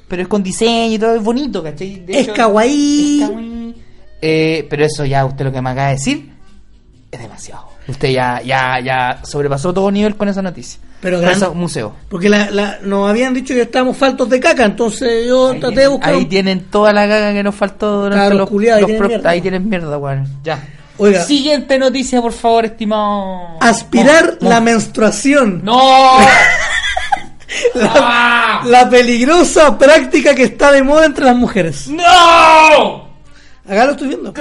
Speaker 4: pero es con diseño y todo, es bonito, ¿cachai? De
Speaker 3: es
Speaker 4: hecho,
Speaker 3: kawaii.
Speaker 4: es kawaii. Eh, pero eso ya usted lo que me acaba de decir es demasiado. Usted ya ya ya sobrepasó todo nivel con esa noticia.
Speaker 3: Pero
Speaker 4: Con
Speaker 3: gran-
Speaker 4: ese museo.
Speaker 3: Porque la- la- nos habían dicho que estábamos faltos de caca, entonces yo
Speaker 4: Ahí,
Speaker 3: traté de
Speaker 4: tienen,
Speaker 3: buscar.
Speaker 4: ahí
Speaker 3: un-
Speaker 4: tienen toda la caga que nos faltó durante
Speaker 3: Claro,
Speaker 4: los,
Speaker 3: culiao, ahí
Speaker 4: los
Speaker 3: tienen
Speaker 4: pro-
Speaker 3: mierda.
Speaker 4: ahí tienen mierda, weón. Ya.
Speaker 3: Oiga,
Speaker 4: Siguiente noticia, por favor, estimado.
Speaker 3: aspirar
Speaker 4: Mon-
Speaker 3: la
Speaker 4: Mon-
Speaker 3: menstruación.
Speaker 4: ¡No!
Speaker 3: La,
Speaker 4: ¡Ah!
Speaker 3: la peligrosa práctica que está de moda entre las mujeres.
Speaker 4: ¡No!
Speaker 3: Acá lo estoy viendo.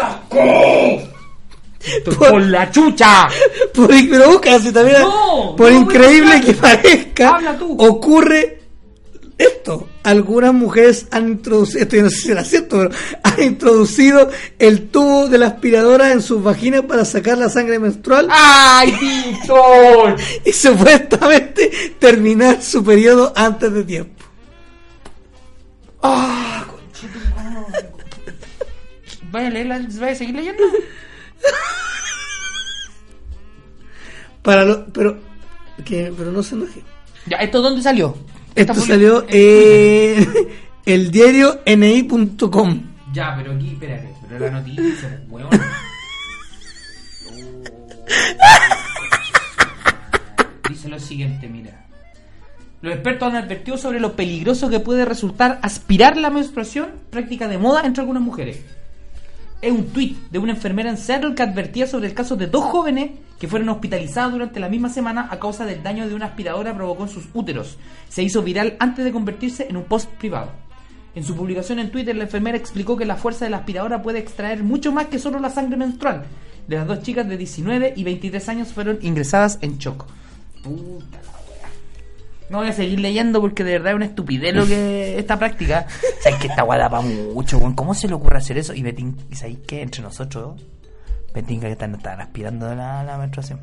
Speaker 4: ¡Por la chucha!
Speaker 3: Por, in- pero busca, si también-
Speaker 4: No,
Speaker 3: por
Speaker 4: no,
Speaker 3: increíble
Speaker 4: voy a
Speaker 3: que parezca,
Speaker 4: Habla tú.
Speaker 3: ocurre esto. Algunas mujeres han introducido, esto yo no sé si será cierto, pero han introducido el tubo de la aspiradora en sus vaginas para sacar la sangre menstrual
Speaker 4: ¡Ay, Víctor!
Speaker 3: y supuestamente terminar su periodo antes de tiempo.
Speaker 4: Vaya a leerla, vaya a seguir leyendo.
Speaker 3: Para lo- pero, que, pero no se enoje.
Speaker 4: Ya, ¿esto dónde salió? Esta
Speaker 3: Esto
Speaker 4: public-
Speaker 3: salió en el diario ni.com.
Speaker 4: Ya, pero aquí, espérate. Pero la noticia, weón. Oh. Dice lo siguiente, mira. Los expertos han advertido sobre lo peligroso que puede resultar aspirar la menstruación, práctica de moda entre algunas mujeres. Es un tuit de una enfermera en Seattle que advertía sobre el caso de dos jóvenes que fueron hospitalizados durante la misma semana a causa del daño de una aspiradora provocó en sus úteros. Se hizo viral antes de convertirse en un post privado. En su publicación en Twitter, la enfermera explicó que la fuerza de la aspiradora puede extraer mucho más que solo la sangre menstrual. De las dos chicas de 19 y 23 años fueron ingresadas en shock. Puta la wea. No voy a seguir leyendo porque de verdad es una estupidez lo que esta práctica. ¿Sabéis que esta guada va mucho, weón? ¿Cómo se le ocurre hacer eso? Y, me tin- y ¿sabéis que entre nosotros, me tinca que están, están aspirando la, la menstruación.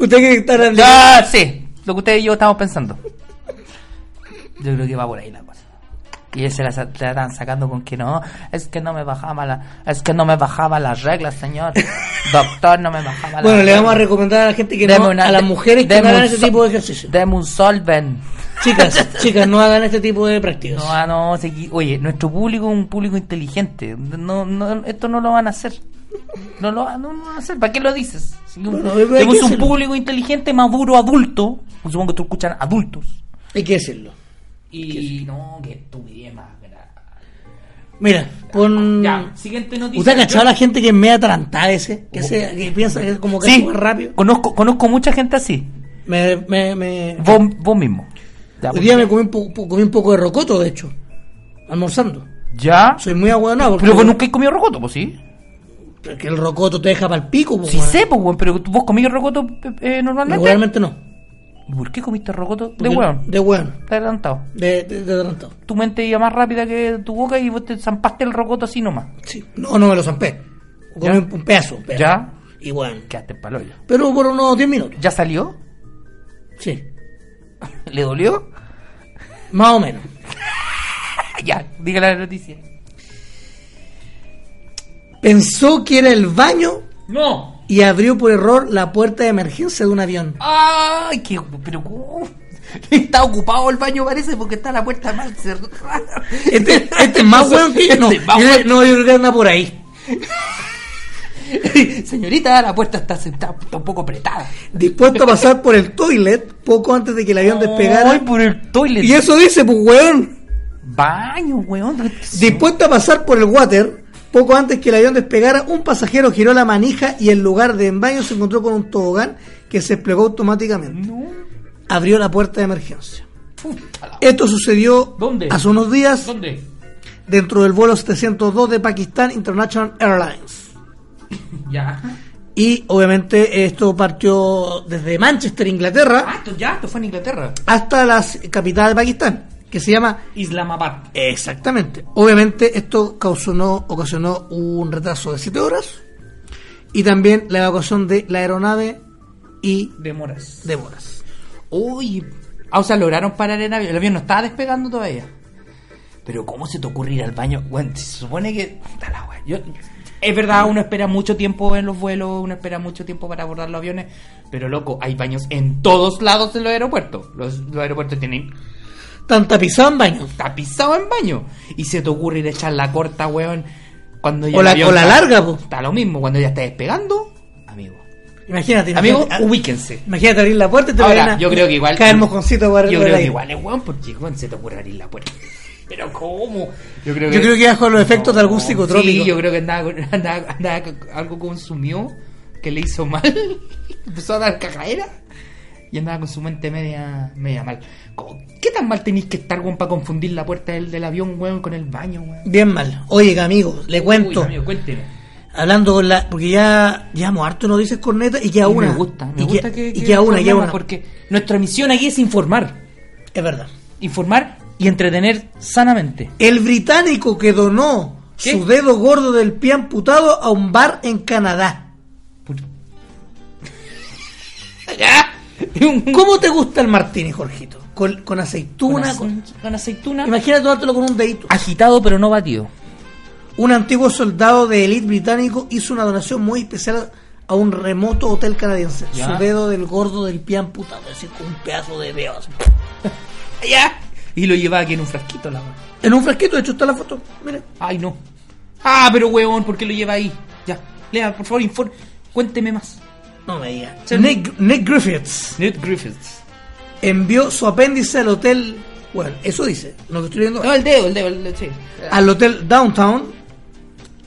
Speaker 3: Usted que está hablando-
Speaker 4: Ah, sí, lo que ustedes y yo estamos pensando. Yo creo que va por ahí la cosa. Y ellos se la, sa- la están sacando con que no, es que no me bajaba la, es que no me bajaba las reglas, señor. Doctor, no me bajaba las
Speaker 3: Bueno, le vamos a
Speaker 4: reglas.
Speaker 3: recomendar a la gente que
Speaker 4: Deme
Speaker 3: no,
Speaker 4: una-
Speaker 3: a las mujeres que
Speaker 4: deme
Speaker 3: no hagan
Speaker 4: un
Speaker 3: ese
Speaker 4: sol-
Speaker 3: tipo de ejercicio.
Speaker 4: Deme un solven.
Speaker 3: Chicas, chicas, no hagan este tipo de prácticas.
Speaker 4: No, ah, no, sí, oye, nuestro público es un público inteligente. No, no, esto no lo van a hacer. No lo, no lo van a hacer. ¿Para qué lo dices? Si un-
Speaker 3: Bueno, hay que
Speaker 4: tenemos un
Speaker 3: hacerlo.
Speaker 4: público inteligente, maduro, adulto. Supongo que tú escuchan adultos.
Speaker 3: Hay que decirlo.
Speaker 4: Y no, que estupidez más grave.
Speaker 3: Mira, pon.
Speaker 4: Ya, siguiente noticia.
Speaker 3: ¿Usted ha cachado a la gente que es media atragantada ese? Que, se, que piensa que es como que es
Speaker 4: Sí,
Speaker 3: súper rápido.
Speaker 4: Conozco, conozco mucha gente así.
Speaker 3: Me, me, me...
Speaker 4: Vos, vos mismo. Ya, pues,
Speaker 3: Hoy día me comí un, po- po- comí un poco de rocoto, de hecho. Almorzando.
Speaker 4: ¿Ya?
Speaker 3: Soy muy aguadonado. porque-
Speaker 4: Pero vos nunca has comido rocoto, pues sí.
Speaker 3: Porque el rocoto te deja para el pico, po,
Speaker 4: Sí
Speaker 3: weón.
Speaker 4: sé, pues, weón, pero tú- vos comís rocoto eh, eh, normalmente.
Speaker 3: Regularmente no.
Speaker 4: ¿Y por qué comiste rocoto? De
Speaker 3: Porque-
Speaker 4: weón.
Speaker 3: De weón.
Speaker 4: Te adelantado.
Speaker 3: De, de, de adelantado.
Speaker 4: Tu mente iba más rápida que tu boca y vos te zampaste el rocoto así nomás.
Speaker 3: Sí. No, no me lo zampé. Comí
Speaker 4: ¿Ya?
Speaker 3: un, un pedazo. un pedazo.
Speaker 4: ¿Ya?
Speaker 3: Y weón.
Speaker 4: Quedaste pa'l hoyo.
Speaker 3: Pero por unos 10 minutos.
Speaker 4: ¿Ya salió?
Speaker 3: Sí.
Speaker 4: ¿Le dolió?
Speaker 3: Más o menos.
Speaker 4: ya, diga la noticia.
Speaker 3: Pensó que era el baño
Speaker 4: ¡No!
Speaker 3: y abrió por error la puerta de emergencia de un avión.
Speaker 4: ¡Ay, qué! Pero ¿cómo? Está ocupado el baño, parece, porque está la puerta mal cerrada.
Speaker 3: Este, este es más weón que yo. No,
Speaker 4: Este es más
Speaker 3: yo-
Speaker 4: weón.
Speaker 3: no, yo creo que anda por ahí.
Speaker 4: Señorita, la puerta está, está- está un poco apretada.
Speaker 3: Dispuesto a pasar por el toilet poco antes de que el avión
Speaker 4: Ay,
Speaker 3: despegara.
Speaker 4: por el toilet.
Speaker 3: Y eso dice, pues weón.
Speaker 4: Baño, weón.
Speaker 3: Dispuesto a pasar por el water poco antes que el avión despegara, un pasajero giró la manija y en lugar de en baño se encontró con un tobogán que se desplegó automáticamente.
Speaker 4: No.
Speaker 3: Abrió la puerta de emergencia.
Speaker 4: Puta la-
Speaker 3: Esto sucedió
Speaker 4: ¿Dónde?
Speaker 3: hace unos días
Speaker 4: ¿Dónde?
Speaker 3: dentro del vuelo 702 de Pakistan International Airlines.
Speaker 4: Ya.
Speaker 3: Y obviamente esto partió desde Manchester,
Speaker 4: Ah,
Speaker 3: Inglaterra,
Speaker 4: esto ya, esto fue en Inglaterra.
Speaker 3: hasta la s- capital de Pakistán, que se llama...
Speaker 4: Islamabad.
Speaker 3: Eh. Exactamente. Obviamente esto causó, ocasionó un retraso de 7 horas y también la evacuación de la aeronave y
Speaker 4: Demoras.
Speaker 3: demoras.
Speaker 4: Uy. Ah, o sea, lograron parar el avión. El avión no estaba despegando todavía. Pero ¿cómo se te ocurre ir al baño? Bueno, se supone que... Puta la wea. Yo- Es verdad, uno espera mucho tiempo en los vuelos, uno espera mucho tiempo para abordar los aviones, pero loco, hay baños en todos lados de los aeropuertos. Los, los aeropuertos tienen
Speaker 3: Tan tapizado en baño.
Speaker 4: tapizado en baño. Y se te ocurre ir a echar la corta, weón, cuando ya...
Speaker 3: O
Speaker 4: el
Speaker 3: la-
Speaker 4: avión
Speaker 3: o la
Speaker 4: está-
Speaker 3: larga, po.
Speaker 4: Está lo mismo, cuando ya está despegando, amigo.
Speaker 3: Imagínate,
Speaker 4: Amigos,
Speaker 3: imagínate,
Speaker 4: ubíquense.
Speaker 3: imagínate abrir la puerta y te
Speaker 4: Ahora,
Speaker 3: vayan a
Speaker 4: yo creo que igual.
Speaker 3: Caer mojoncito para
Speaker 4: Yo
Speaker 3: para
Speaker 4: creo
Speaker 3: ahí.
Speaker 4: que igual es weón, porque weón se te ocurre abrir la puerta. Pero ¿cómo? Yo creo
Speaker 3: Yo creo que bajo los efectos de algún
Speaker 4: No,
Speaker 3: psicotrópico.
Speaker 4: Sí, yo creo que andaba, con- andaba- andaba con- algo consumió que le hizo mal. Empezó a dar cagadera y andaba con su mente media, media mal. Co- ¿Qué tan mal tenéis que estar, weón, para confundir la puerta del, del avión, weón, con el baño, weón?
Speaker 3: Bien mal. Oye, amigos, le cuento.
Speaker 6: Uy, amigo, cuénteme.
Speaker 3: Hablando con la. Porque ya llevamos harto no dices corneta y queda
Speaker 4: Y
Speaker 3: una.
Speaker 4: Me gusta, me
Speaker 3: y
Speaker 4: gusta
Speaker 3: que,
Speaker 4: que,
Speaker 3: y queda una, queda
Speaker 4: informemos,
Speaker 3: una.
Speaker 4: Porque
Speaker 6: Nuestra misión aquí es informar.
Speaker 3: Es verdad.
Speaker 6: Informar y entretener sanamente.
Speaker 3: El británico que donó
Speaker 6: ¿Qué?
Speaker 3: su dedo gordo del pie amputado a un bar en Canadá. ¿Cómo te gusta el martini, Jorgito? Con, con aceituna.
Speaker 6: con, ace- con aceituna.
Speaker 3: con- Imagina tomártelo con un dedito.
Speaker 6: Agitado pero no batido.
Speaker 3: Un antiguo soldado de élite británico hizo una donación muy especial a un remoto hotel canadiense.
Speaker 6: Ya.
Speaker 3: Su dedo del gordo del pie amputado, es decir, con un pedazo de dedo. así.
Speaker 4: ya. Y lo llevaba aquí en un frasquito, la weón.
Speaker 3: En un frasquito, de hecho está la foto. Mira.
Speaker 4: Ay, no. Ah, pero weón, ¿por qué lo lleva ahí? Ya. Lea, por favor, informe. Cuénteme más.
Speaker 3: No me digas.
Speaker 4: Sí.
Speaker 3: Nick, Nick Griffiths
Speaker 4: Ned Griffiths.
Speaker 3: envió su apéndice al hotel. Bueno, eso dice. Lo que estoy viendo.
Speaker 4: No, el dedo, el dedo, el dedo, sí.
Speaker 3: Al hotel Downtown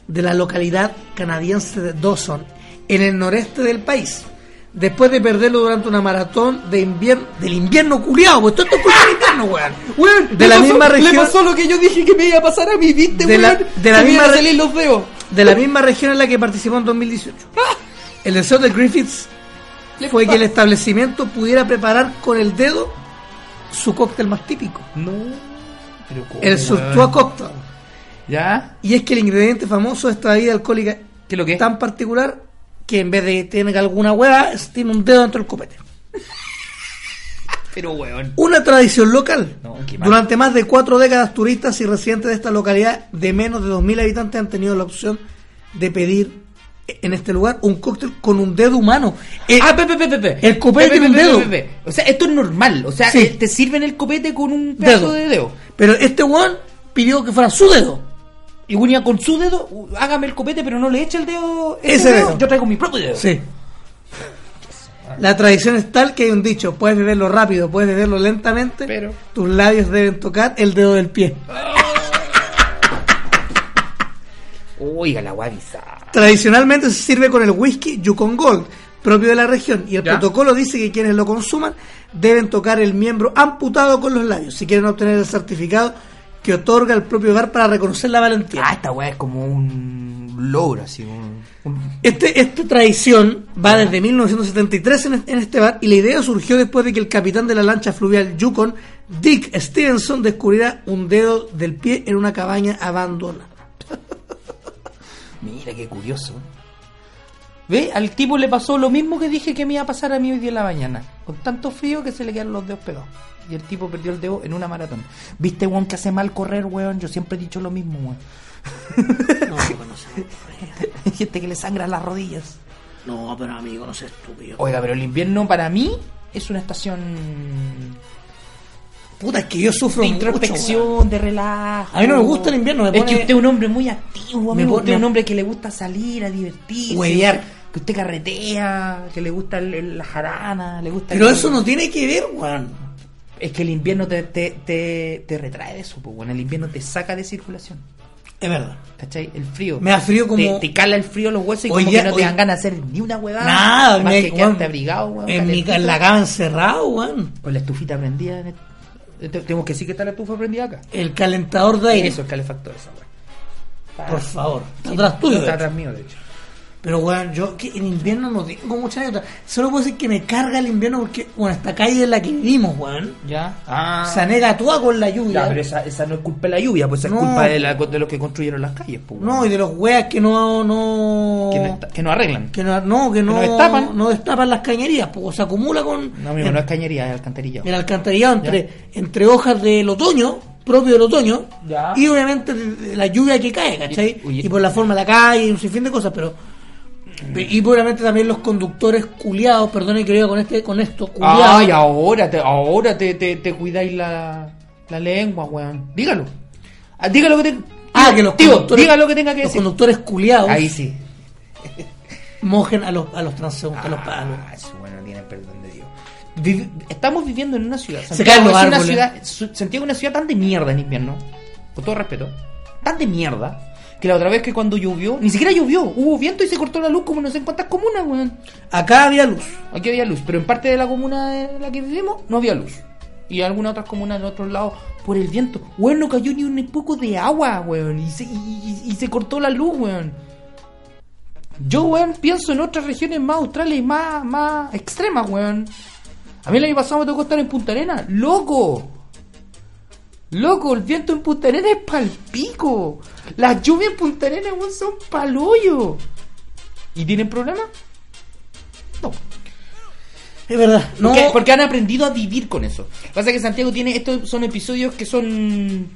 Speaker 3: de la localidad canadiense de Dawson, en el noreste del país. Después de perderlo durante una maratón de invierno, del invierno culiado, pues todo esto es culpa del invierno, weón. De
Speaker 4: Weón, le
Speaker 3: la
Speaker 4: pasó-
Speaker 3: misma región-
Speaker 4: Le pasó lo que yo dije que me iba a pasar a mí, ¿viste,
Speaker 3: De la-
Speaker 4: weón?
Speaker 3: de la
Speaker 4: Se me iban
Speaker 3: misma
Speaker 4: a
Speaker 3: re-
Speaker 4: salir los dedos.
Speaker 3: de la misma región en la que participó en 2018.
Speaker 4: Ah.
Speaker 3: El deseo de Griffiths fue que el establecimiento pudiera preparar con el dedo su cóctel más típico,
Speaker 4: No. Pero ¿cómo,
Speaker 3: el
Speaker 4: weón?
Speaker 3: Surtua Cocktail.
Speaker 4: ¿Ya?
Speaker 3: Y es que el ingrediente famoso de esta bebida alcohólica
Speaker 4: ¿Qué lo que es?
Speaker 3: tan particular que en vez de tener alguna hueá, es- tiene un dedo dentro del copete.
Speaker 4: Pero, weón.
Speaker 3: Una tradición local.
Speaker 4: No, qué mal.
Speaker 3: Durante más de cuatro décadas, turistas y residentes de esta localidad de menos de 2.000 habitantes han tenido la opción de pedir en este lugar un cóctel con un dedo humano. Eh,
Speaker 4: ah, pepe, pepe, pepe.
Speaker 3: el copete
Speaker 4: Pepe,
Speaker 3: tiene un
Speaker 4: pepe,
Speaker 3: dedo.
Speaker 4: pepe, pepe. O sea, esto es normal. O sea,
Speaker 3: Sí.
Speaker 4: eh, te sirven el copete con un pedazo
Speaker 3: Dedo.
Speaker 4: de dedo.
Speaker 3: Pero este weón pidió que fuera su dedo.
Speaker 4: Y Gunia con su dedo, u- hágame el copete, pero no le eche el dedo.
Speaker 3: Ese dedo.
Speaker 4: Yo traigo mi propio dedo.
Speaker 3: Sí. La tradición es tal que hay un dicho, puedes beberlo rápido, puedes beberlo lentamente,
Speaker 4: Pero-
Speaker 3: tus labios deben tocar el dedo del pie.
Speaker 4: Oiga, la guavisa.
Speaker 3: Tradicionalmente se sirve con el whisky Yukon Gold, propio de la región, y el
Speaker 4: ¿Ya?
Speaker 3: protocolo dice que quienes lo consuman deben tocar el miembro amputado con los labios si quieren obtener el certificado que otorga el propio hogar para reconocer la valentía.
Speaker 4: Ah, esta weá es como un logro, así. Un, un-
Speaker 3: Este, esta tradición va desde 1973 en, en este bar y la idea surgió después de que el capitán de la lancha fluvial Yukon, Dick Stevenson, descubriera un dedo del pie en una cabaña abandonada.
Speaker 4: Mira, qué curioso. ¿Ve? Al tipo le pasó lo mismo que dije que me iba a pasar a mí hoy día en la mañana. Con tanto frío que se le quedaron los dedos pegados. Y el tipo perdió el dedo en una maratón. ¿Viste, weón, que hace mal correr, weón? Yo siempre he dicho lo mismo, weón.
Speaker 3: Ah,
Speaker 4: Hay gente que le sangra las rodillas.
Speaker 3: No, pero amigo, no seas estúpido.
Speaker 4: Oiga, pero el invierno para mí es una estación
Speaker 3: Puta, es que yo sufro
Speaker 4: de
Speaker 3: mucho,
Speaker 4: introspección,
Speaker 3: weón.
Speaker 4: de relajo.
Speaker 3: A mí no me gusta el invierno, me
Speaker 4: Es
Speaker 3: pone-
Speaker 4: que usted es un hombre muy activo,
Speaker 3: Me
Speaker 4: amigo.
Speaker 3: pone-
Speaker 4: Usted es un hombre que le gusta salir a divertirse.
Speaker 3: Huevear.
Speaker 4: Que usted carretea, que le gusta el- el- la jarana, le gusta...
Speaker 3: Pero
Speaker 4: el-
Speaker 3: eso no tiene que ver, weón.
Speaker 4: Es que el invierno te, te, te, te retrae de eso, pues, bueno, el invierno te saca de circulación.
Speaker 3: Es verdad.
Speaker 4: ¿Cachai? El frío.
Speaker 3: Me da frío
Speaker 4: Te-
Speaker 3: como-
Speaker 4: Te, cala el frío los huesos y
Speaker 3: Hoy
Speaker 4: como
Speaker 3: día-
Speaker 4: que no
Speaker 3: hoy-
Speaker 4: te dan ganas de hacer ni una huevada.
Speaker 3: Nada,
Speaker 4: Ah, más
Speaker 3: me-
Speaker 4: que
Speaker 3: weón,
Speaker 4: quedarte abrigado, weón,
Speaker 3: En, mi,
Speaker 4: calentito.
Speaker 3: en la cama encerrado, weón.
Speaker 4: Con la estufita prendida. en el- te- Tenemos que decir que está la estufa prendida acá.
Speaker 3: El calentador de aire.
Speaker 4: Eso es calefactor, esa weá.
Speaker 3: Por favor. Está atrás tuyo.
Speaker 4: Está
Speaker 3: de hecho.
Speaker 4: atrás mío, de hecho.
Speaker 3: Pero, weón, yo que en invierno no tengo mucha anécdota. Solo puedo decir que me carga el invierno porque, bueno, esta calle es la que vivimos, weón.
Speaker 4: ¿Ya? Ah.
Speaker 3: Se anega toda con la lluvia.
Speaker 4: ya, pero esa, esa no es culpa de la lluvia, pues esa
Speaker 3: No.
Speaker 4: es culpa de, la- de los que construyeron las calles, pues.
Speaker 3: No, y de los weas que no. no...
Speaker 4: que, no está- que no arreglan.
Speaker 3: que no, no, que no,
Speaker 4: no destapan.
Speaker 3: no destapan las cañerías, pues se acumula con
Speaker 4: No, amigo, no es cañería, es alcantarillado.
Speaker 3: el alcantarillado entre, entre hojas del otoño, propio del otoño,
Speaker 4: Ya.
Speaker 3: y obviamente de- de la lluvia que cae, ¿cachai?
Speaker 4: Y- oye. Mm.
Speaker 3: Y por la forma de la calle, y un sinfín de cosas, pero. Y obviamente también los conductores culiados, perdone que lo diga con, este, con
Speaker 4: Ah,
Speaker 3: esto, culiados.
Speaker 4: Ay, ahora te, ahora te, te, te cuidáis la, la lengua, weón. Dígalo. Ah, Dígalo que te.
Speaker 3: Ah, que los
Speaker 4: tío,
Speaker 3: conductores-
Speaker 4: diga lo que tenga que
Speaker 3: Los
Speaker 4: decir.
Speaker 3: conductores culiados.
Speaker 4: Ahí sí.
Speaker 3: mojen a los, a los transeúntes, a los palos.
Speaker 4: Ah, eso bueno, tiene perdón de Dios. Vivi- estamos viviendo en una ciudad.
Speaker 3: Se caen los
Speaker 4: es una
Speaker 3: árboles.
Speaker 4: ciudad, su- Santiago es una ciudad tan de mierda en invierno. Con todo respeto. Tan de mierda. Que la otra vez que cuando llovió, ni siquiera llovió, hubo viento y se cortó la luz como no sé en cuántas comunas, weón.
Speaker 3: Acá había luz.
Speaker 4: Aquí había luz, pero en parte de la comuna en la que vivimos no había luz. Y algunas otras comunas de otros lados, por el viento. Weón, no cayó ni un poco de agua, weón. Y se, y- y- y se cortó la luz, weón. Yo, weón, pienso en otras regiones más australes y más, más extremas, weón. A mí el año pasado me tocó estar en Punta Arena. ¡Loco! Loco, el viento en Punta Arena es pa'l pico. Las lluvias en Punta Arena, weón, son pa'l hoyo. ¿Y tienen problemas? No.
Speaker 3: Es verdad. No,
Speaker 4: Porque, porque han aprendido a vivir con eso. Pasa que Santiago tiene. Estos son episodios que son.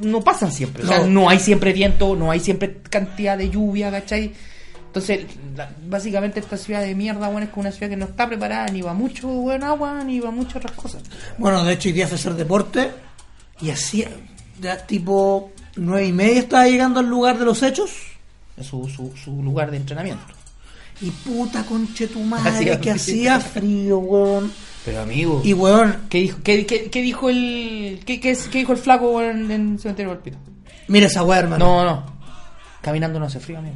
Speaker 4: No pasan siempre. O sea,
Speaker 3: No.
Speaker 4: no hay siempre viento, no hay siempre cantidad de lluvia, ¿cachai? Entonces, la- básicamente esta ciudad de mierda, bueno, es como una ciudad que no está preparada ni va mucho buen agua, ni va muchas otras cosas.
Speaker 3: Bueno, de hecho, hoy día fue a hacer deporte y hacía ya tipo nueve y media estaba llegando al lugar de los hechos
Speaker 4: Es su, su, su lugar de entrenamiento.
Speaker 3: y puta conche tu madre
Speaker 4: Hacía
Speaker 3: que
Speaker 4: frío.
Speaker 3: hacía frío, weón.
Speaker 4: Pero amigo.
Speaker 3: Y weón,
Speaker 4: ¿Qué dijo, qué, qué- qué dijo el. ¿Qué, qué es- qué dijo el flaco en, en Cementerio del Pino?
Speaker 3: mira esa weá, hermano.
Speaker 4: No, no. Caminando no hace frío, amigo.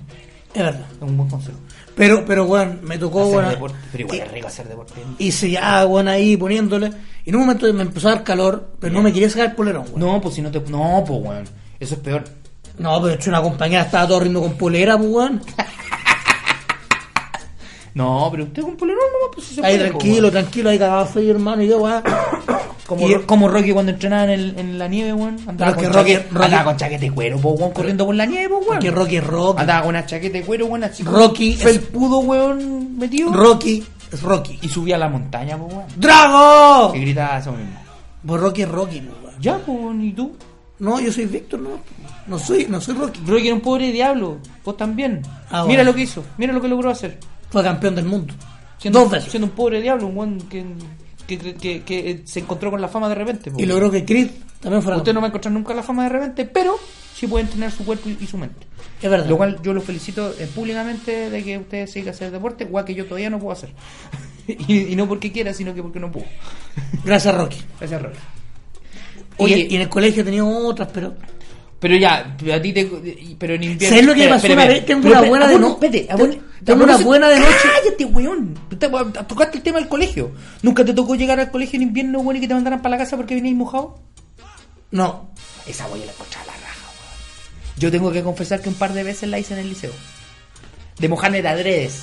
Speaker 3: Es verdad.
Speaker 4: Es un buen consejo.
Speaker 3: Pero, pero weón, me tocó,
Speaker 4: hacer
Speaker 3: weón.
Speaker 4: deporte, pero igual
Speaker 3: y-
Speaker 4: es rico hacer deporte.
Speaker 3: Hice ya, weón, ahí poniéndole. Y en un momento me empezó a dar calor, pero no me quería sacar el polerón, weón.
Speaker 4: No, pues si no te. No, pues weón. Eso es peor.
Speaker 3: No, pero de hecho una compañera estaba todo ritmo con polera, pues, weón.
Speaker 4: No, pero usted con polerón no, pues si se
Speaker 3: Ahí
Speaker 4: puede,
Speaker 3: tranquilo,
Speaker 4: pues,
Speaker 3: tranquilo, ahí cagado soy hermano, y yo, weón.
Speaker 4: weón. Como,
Speaker 3: Y-
Speaker 4: Ro- como Rocky cuando entrenaba en, el- en la nieve, weón.
Speaker 3: Pero
Speaker 4: Andaba, con,
Speaker 3: que Rocky-
Speaker 4: chaqueta,
Speaker 3: Rocky-
Speaker 4: andaba con chaqueta de cuero, pues weón, corriendo por la nieve, pues weón.
Speaker 3: Que Rocky es Rocky.
Speaker 4: Andaba con una chaqueta de cuero, weón, así.
Speaker 3: Rocky es-
Speaker 4: Felpudo, weón, metido.
Speaker 3: Rocky es Rocky.
Speaker 4: Y subía a la montaña, pues weón.
Speaker 3: ¡Drago!
Speaker 4: Y gritaba eso mismo.
Speaker 3: Pues Rocky es Rocky, pues, weón.
Speaker 4: Ya, pues weón, ¿y tú?
Speaker 3: No, yo soy Víctor, no. No soy, no soy Rocky.
Speaker 4: Rocky era un pobre diablo. Vos también.
Speaker 3: Ah,
Speaker 4: mira
Speaker 3: bueno.
Speaker 4: lo que hizo, mira lo que logró hacer.
Speaker 3: Fue campeón del mundo.
Speaker 4: Siendo,
Speaker 3: Dos veces.
Speaker 4: siendo un pobre diablo, un buen que, que, que- que- que se encontró con la fama de repente. po.
Speaker 3: Y logró que Creed también fuera.
Speaker 4: Usted no va a encontrar nunca la fama de repente, pero sí pueden tener su cuerpo y, y su mente.
Speaker 3: Es verdad.
Speaker 4: Lo cual yo los felicito eh, públicamente de que ustedes sigan hacer deporte, igual que yo todavía no puedo hacer. y, y no porque quiera, sino que porque no puedo.
Speaker 3: Gracias, Rocky.
Speaker 4: Gracias, Rocky.
Speaker 3: Oye,
Speaker 4: Oye,
Speaker 3: y en el colegio he tenido otras, pero.
Speaker 4: pero ya, a ti te. Pero en invierno.
Speaker 3: ¿Sabes lo que
Speaker 4: Espera,
Speaker 3: pasó
Speaker 4: espera,
Speaker 3: una vez?
Speaker 4: espera.
Speaker 3: Tengo
Speaker 4: Pero
Speaker 3: una
Speaker 4: espera,
Speaker 3: buena
Speaker 4: a
Speaker 3: de
Speaker 4: vos-
Speaker 3: no-
Speaker 4: espérate, a
Speaker 3: te-
Speaker 4: vos-
Speaker 3: tengo
Speaker 4: a vos
Speaker 3: una
Speaker 4: no se-
Speaker 3: buena de noche.
Speaker 4: Cállate, weón. Te- te- Tocaste el tema del colegio. ¿Nunca te tocó llegar al colegio en invierno, weón, y que te mandaran para la casa porque venías mojado?
Speaker 3: No.
Speaker 4: Esa weá yo la encontraba la raja, weón. Yo tengo que confesar que un par de veces la hice en el liceo. De mojarme de adredes.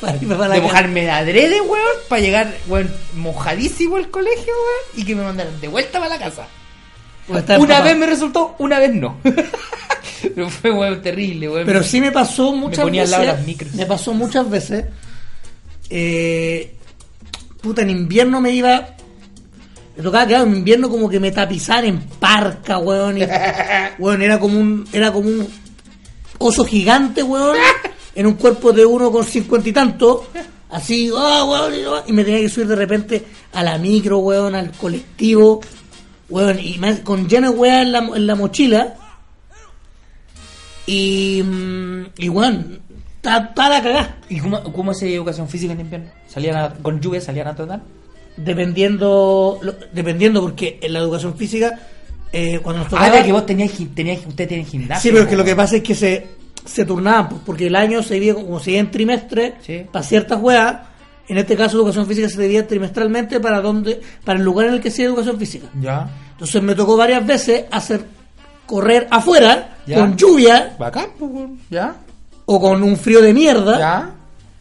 Speaker 3: Para irme para la
Speaker 4: De
Speaker 3: casa.
Speaker 4: mojarme de adredes, weón, para llegar, weón, mojadísimo al colegio, weón, y que me mandaran de vuelta para la casa.
Speaker 3: O estar
Speaker 4: una
Speaker 3: papá.
Speaker 4: vez me resultó, una vez no. Pero fue, weón, terrible, weón.
Speaker 3: Pero sí me pasó muchas
Speaker 4: ponía al
Speaker 3: veces.
Speaker 4: lado de las micros.
Speaker 3: Me pasó muchas veces. eh, puta, en invierno me iba. Me tocaba, claro, en invierno como que me tapizaban en parca, weón. y- weón, era como un. Era como un oso gigante, weón. En un cuerpo de uno con cincuenta y tanto. Así, ah, weón, y, y me tenía que subir de repente a la micro, weón, al colectivo. Weón, y me- con lleno de weas en la, en la mochila. Y, mm, y weón, está está la cagá.
Speaker 4: ¿Y cómo, cómo hacía educación física en invierno? ¿Salían a- con lluvia, salían a trotar?
Speaker 3: Dependiendo, lo- dependiendo porque en la educación física, eh, cuando nos
Speaker 4: Ah,
Speaker 3: tocaba...
Speaker 4: ya que vos tenías, gi- tenías ustedes tienen gimnasio.
Speaker 3: sí, pero es que lo que
Speaker 4: weón.
Speaker 3: pasa es que se, se turnaban, pues, porque el año se divide como se divide en trimestre,
Speaker 4: Sí.
Speaker 3: para ciertas weas. En este caso, educación física se dividía trimestralmente para donde, para el lugar en el que hacía educación física.
Speaker 4: Ya.
Speaker 3: Entonces me tocó varias veces hacer correr afuera,
Speaker 4: Ya.
Speaker 3: con lluvia
Speaker 4: Bacán, pues, weón. Ya.
Speaker 3: o con un frío de mierda.
Speaker 4: Ya.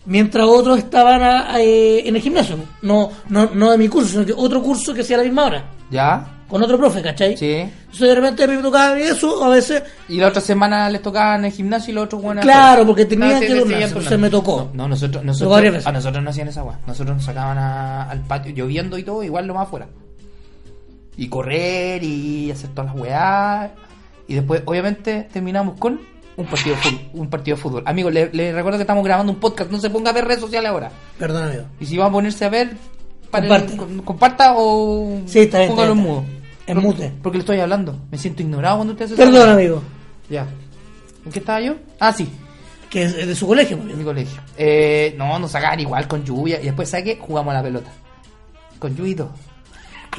Speaker 3: mientras otros estaban a- a, eh, en el gimnasio. No, no, no de mi curso, sino que otro curso que hacía a la misma hora,
Speaker 4: Ya.
Speaker 3: con otro profe, ¿cachai?
Speaker 4: Sí.
Speaker 3: Entonces de repente a mí me tocaba eso, a veces,
Speaker 4: Y la otra semana les tocaba en el gimnasio y los otros buenas.
Speaker 3: Claro, porque tenían que
Speaker 4: se
Speaker 3: turnarse, entonces me tocó.
Speaker 4: No, no, nosotros,
Speaker 3: Tocó varias
Speaker 4: nosotros
Speaker 3: veces.
Speaker 4: a nosotros no hacían esa weá. Nosotros nos sacaban a- al patio lloviendo y todo, igual lo más afuera. Y correr y hacer todas las weá. Y después, obviamente, terminamos con un partido de fútbol. Un partido de fútbol. Amigos, le, le recuerdo que estamos grabando un podcast, no se ponga a ver redes sociales ahora.
Speaker 3: perdón amigo,
Speaker 4: Y si va a ponerse a ver, paren-
Speaker 3: Comparte.
Speaker 4: com- comparta o
Speaker 3: Sí, está bien, está
Speaker 4: póngalo
Speaker 3: bien,
Speaker 4: en
Speaker 3: está
Speaker 4: mudo.
Speaker 3: bien. En mute.
Speaker 4: Porque le estoy hablando. Me siento ignorado cuando usted hace esa
Speaker 3: perdón
Speaker 4: weá.
Speaker 3: amigo.
Speaker 4: Ya. ¿En qué estaba yo? Ah, sí.
Speaker 3: Que es de su colegio, pues, muy bien.
Speaker 4: en mi colegio. Eh, no, nos sacaban igual con lluvia. Y después, ¿sabes qué? Jugamos a la pelota. Con lluvia y todo.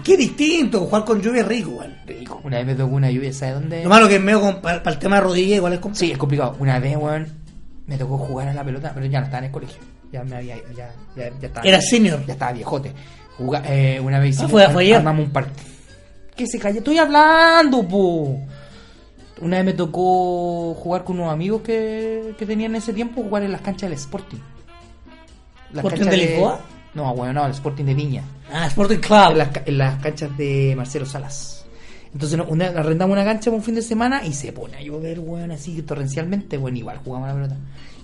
Speaker 3: Qué distinto, jugar con lluvia es rico, igual.
Speaker 4: Rico. Una vez me tocó una lluvia, ¿sabes dónde?
Speaker 3: Lo malo que es medio para el tema de rodilla, igual es complicado.
Speaker 4: Sí, es complicado. Una vez, weón, me tocó jugar a la pelota, pero ya no estaba en el colegio. Ya me había ido, ya, ya, ya estaba.
Speaker 3: Era senior. Ah,
Speaker 4: Ya estaba viejote. Juga- eh, una vez hicimos
Speaker 3: fue- fue
Speaker 4: ar-
Speaker 3: ayer.
Speaker 4: armamos un partido. Que se calla, estoy hablando, po. Una vez me tocó jugar con unos amigos que, que tenía en ese tiempo, jugar en las canchas del Sporting. Las
Speaker 3: ¿Sporting
Speaker 4: canchas
Speaker 3: de Lisboa?
Speaker 4: No, bueno, no, el Sporting de Viña
Speaker 3: Ah, Sporting
Speaker 4: en
Speaker 3: Club.
Speaker 4: las, ca- en las canchas de Marcelo Salas. Entonces no, una, arrendamos una cancha por un fin de semana y se pone a llover, weón, así torrencialmente. Bueno, igual jugamos a la pelota.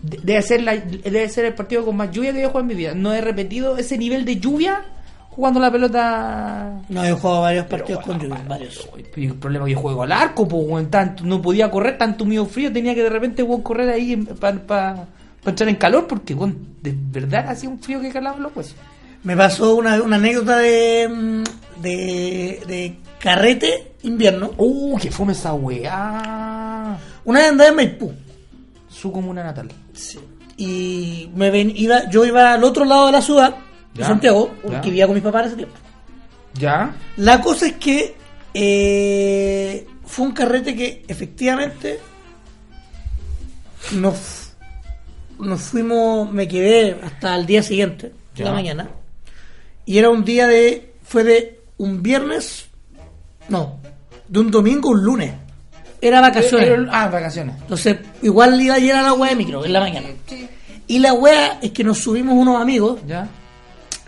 Speaker 4: De- debe, ser la- debe ser el partido con más lluvia que yo he jugado en mi vida. No he repetido ese nivel de lluvia jugando la pelota.
Speaker 3: No, yo he jugado varios
Speaker 4: Pero,
Speaker 3: partidos
Speaker 4: weón,
Speaker 3: con lluvia,
Speaker 4: weón,
Speaker 3: varios.
Speaker 4: Y el problema es que yo juego al arco, pues, weón, tanto, no podía correr, tanto mío frío, tenía que de repente, weón, correr ahí para entrar en calor, porque, weón, de verdad hacía un frío que calaba los huesos.
Speaker 3: Me pasó una, una anécdota de, mm, de, de carrete invierno.
Speaker 4: ¡Uh, qué fome esa weá!
Speaker 3: Una vez andaba en Maipú.
Speaker 4: su comuna natal.
Speaker 3: y me ven, iba, yo iba al otro lado de la ciudad, de
Speaker 4: Ya,
Speaker 3: Santiago,
Speaker 4: ya.
Speaker 3: que vivía con mis papás en ese tiempo.
Speaker 4: ¿Ya?
Speaker 3: La cosa es que eh, fue un carrete que efectivamente nos, nos fuimos, me quedé hasta el día siguiente, de
Speaker 4: Ya.
Speaker 3: la mañana, y era un día de, fue de un viernes, no, de un domingo a un lunes, era vacaciones.
Speaker 4: Pero- ah, vacaciones.
Speaker 3: Entonces, igual iba a llegar a la wea de micro en la mañana. Y la wea es que nos subimos unos amigos
Speaker 4: ¿Ya?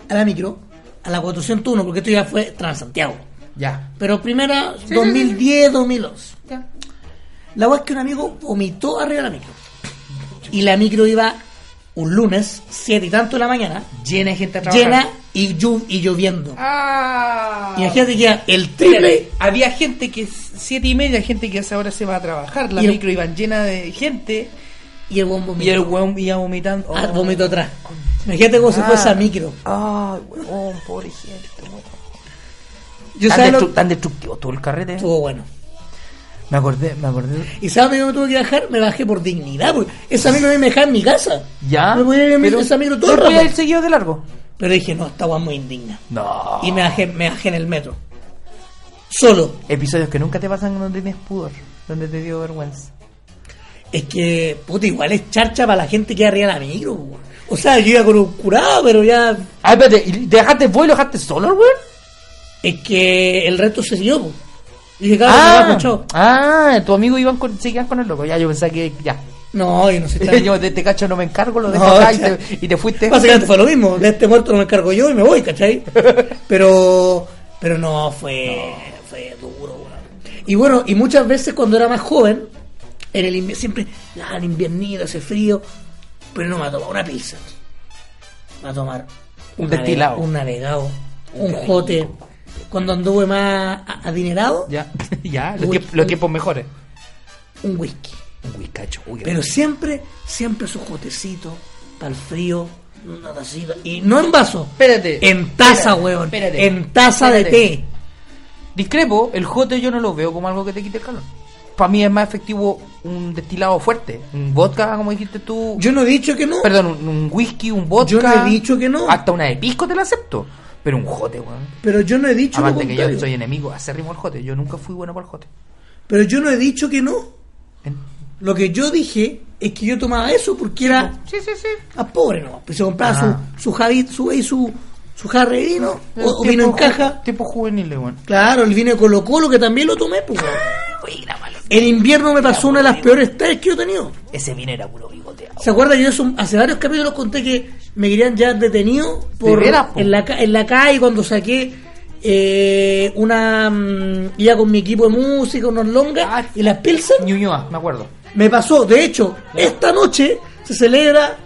Speaker 3: a la micro, a la 401, porque esto ya fue Transantiago.
Speaker 4: Ya.
Speaker 3: Pero primera, 2010, 2011.
Speaker 4: Ya.
Speaker 3: La wea es que un amigo vomitó arriba de la micro. Y la micro iba un lunes, siete y tanto de la mañana,
Speaker 4: Llena de gente a trabajar.
Speaker 3: llena y, llu- y lloviendo.
Speaker 4: ¡Ah!
Speaker 3: Y imagínate que era el triple.
Speaker 4: Había gente que es siete y media, gente que a esa hora se va a trabajar. La
Speaker 3: Y el-
Speaker 4: micro iban llena de gente.
Speaker 3: Y el buen
Speaker 4: Y el
Speaker 3: vomitó.
Speaker 4: weón iba vomitando.
Speaker 3: Ah, vomitó atrás. Imagínate cómo se fue
Speaker 4: Ah.
Speaker 3: esa micro.
Speaker 4: ¡Ah, weón! Pobre gente, weón.
Speaker 3: Yo
Speaker 4: tan,
Speaker 3: sabía lo
Speaker 4: destru- tan destructivo todo el carrete. eh.
Speaker 3: estuvo bueno.
Speaker 4: Me acordé, me acordé.
Speaker 3: ¿Y sabes dónde me tuve que bajar? Me bajé por dignidad, porque esa micro a mí me dejaba en mi casa.
Speaker 4: ¿Ya?
Speaker 3: Me podía ir en mi-
Speaker 4: Pero-
Speaker 3: esa micro todo el
Speaker 4: ¿Pero
Speaker 3: rato.
Speaker 4: el seguido de largo?
Speaker 3: Pero dije, no, esta weá es muy indigna.
Speaker 4: No.
Speaker 3: Y me bajé, me bajé en el metro. Solo.
Speaker 4: Episodios que nunca te pasan donde tienes pudor, donde te dio vergüenza.
Speaker 3: Es que, puta, igual es charcha para la gente que arriba de la micro, weón. O sea, yo iba con un curado, pero ya.
Speaker 4: Ah, espérate, ¿y ¿te dejaste vos y lo dejaste solo, weón?
Speaker 3: Es que el resto se siguió, po. Y dije, cabrón, se va,
Speaker 4: Ah,
Speaker 3: pues, chao.
Speaker 4: ah, tu amigo iban con, seguían con el loco. Ya, yo pensaba que ya.
Speaker 3: No, y no se está.
Speaker 4: yo de este cacho no me encargo, lo dejo
Speaker 3: No,
Speaker 4: acá
Speaker 3: o
Speaker 4: y
Speaker 3: sea,
Speaker 4: te, y te fuiste.
Speaker 3: Básicamente fue lo mismo. De este muerto no me encargo yo y me voy, ¿cachai? Pero, pero no, fue, fue duro, weón. Y bueno, y muchas veces cuando era más joven, en el invi- siempre, ah, el inviernito, hace frío, pero no me va a tomar una pizza. Me va a tomar
Speaker 4: Un
Speaker 3: nave-
Speaker 4: destilado.
Speaker 3: un navegado, un jote. Cuando anduve más a- adinerado,
Speaker 4: Ya, ya, los,
Speaker 3: Uy,
Speaker 4: tiempos- los
Speaker 3: uy.
Speaker 4: tiempos mejores.
Speaker 3: un whisky.
Speaker 4: Uy, cacho, uy.
Speaker 3: Pero siempre, siempre su jotecito, para el frío, una tacita. Y no en vaso.
Speaker 4: Espérate.
Speaker 3: En taza,
Speaker 4: Espérate,
Speaker 3: weón.
Speaker 4: espérate.
Speaker 3: en taza de
Speaker 4: Espérate.
Speaker 3: té.
Speaker 4: Discrepo, el jote yo no lo veo como algo que te quite el calor. Para mí es más efectivo un destilado fuerte, un vodka, como dijiste tú.
Speaker 3: Mm. Yo no he dicho que no.
Speaker 4: Perdón, un, un whisky, un vodka.
Speaker 3: Yo no he dicho que no.
Speaker 4: Hasta una de pisco te la acepto. Pero un jote, weón.
Speaker 3: Pero yo no he dicho lo
Speaker 4: Aparte que yo
Speaker 3: contrario.
Speaker 4: soy enemigo acérrimo al jote. Yo nunca fui bueno para el jote.
Speaker 3: Pero yo no he dicho que no.
Speaker 4: En-
Speaker 3: Lo que yo dije es que yo tomaba eso porque era
Speaker 4: Sí, sí, sí.
Speaker 3: a pobre, ¿no? Pues se compraba
Speaker 4: Ah.
Speaker 3: su, su javi, su, y su, su jarre de vino, o, o vino en
Speaker 4: Tiempo ju-
Speaker 3: caja.
Speaker 4: Tiempo juvenil, weón.
Speaker 3: Claro, el vino de Colo Colo que también lo tomé, pues. weón. En invierno me pasó una de
Speaker 4: pues,
Speaker 3: las peores tres que yo he tenido.
Speaker 4: Ese vino era puro bigoteado.
Speaker 3: ¿Se acuerda que yo eso- hace varios capítulos conté que me querían ya detenido por,
Speaker 4: ¿De veras, po?
Speaker 3: en, la, ca- en la calle cuando saqué eh, una. mm, iba con mi equipo de música, unos longas
Speaker 4: Ah,
Speaker 3: y las pilsen.
Speaker 4: Ñuñoa, me acuerdo.
Speaker 3: Me pasó, de hecho, esta noche se celebra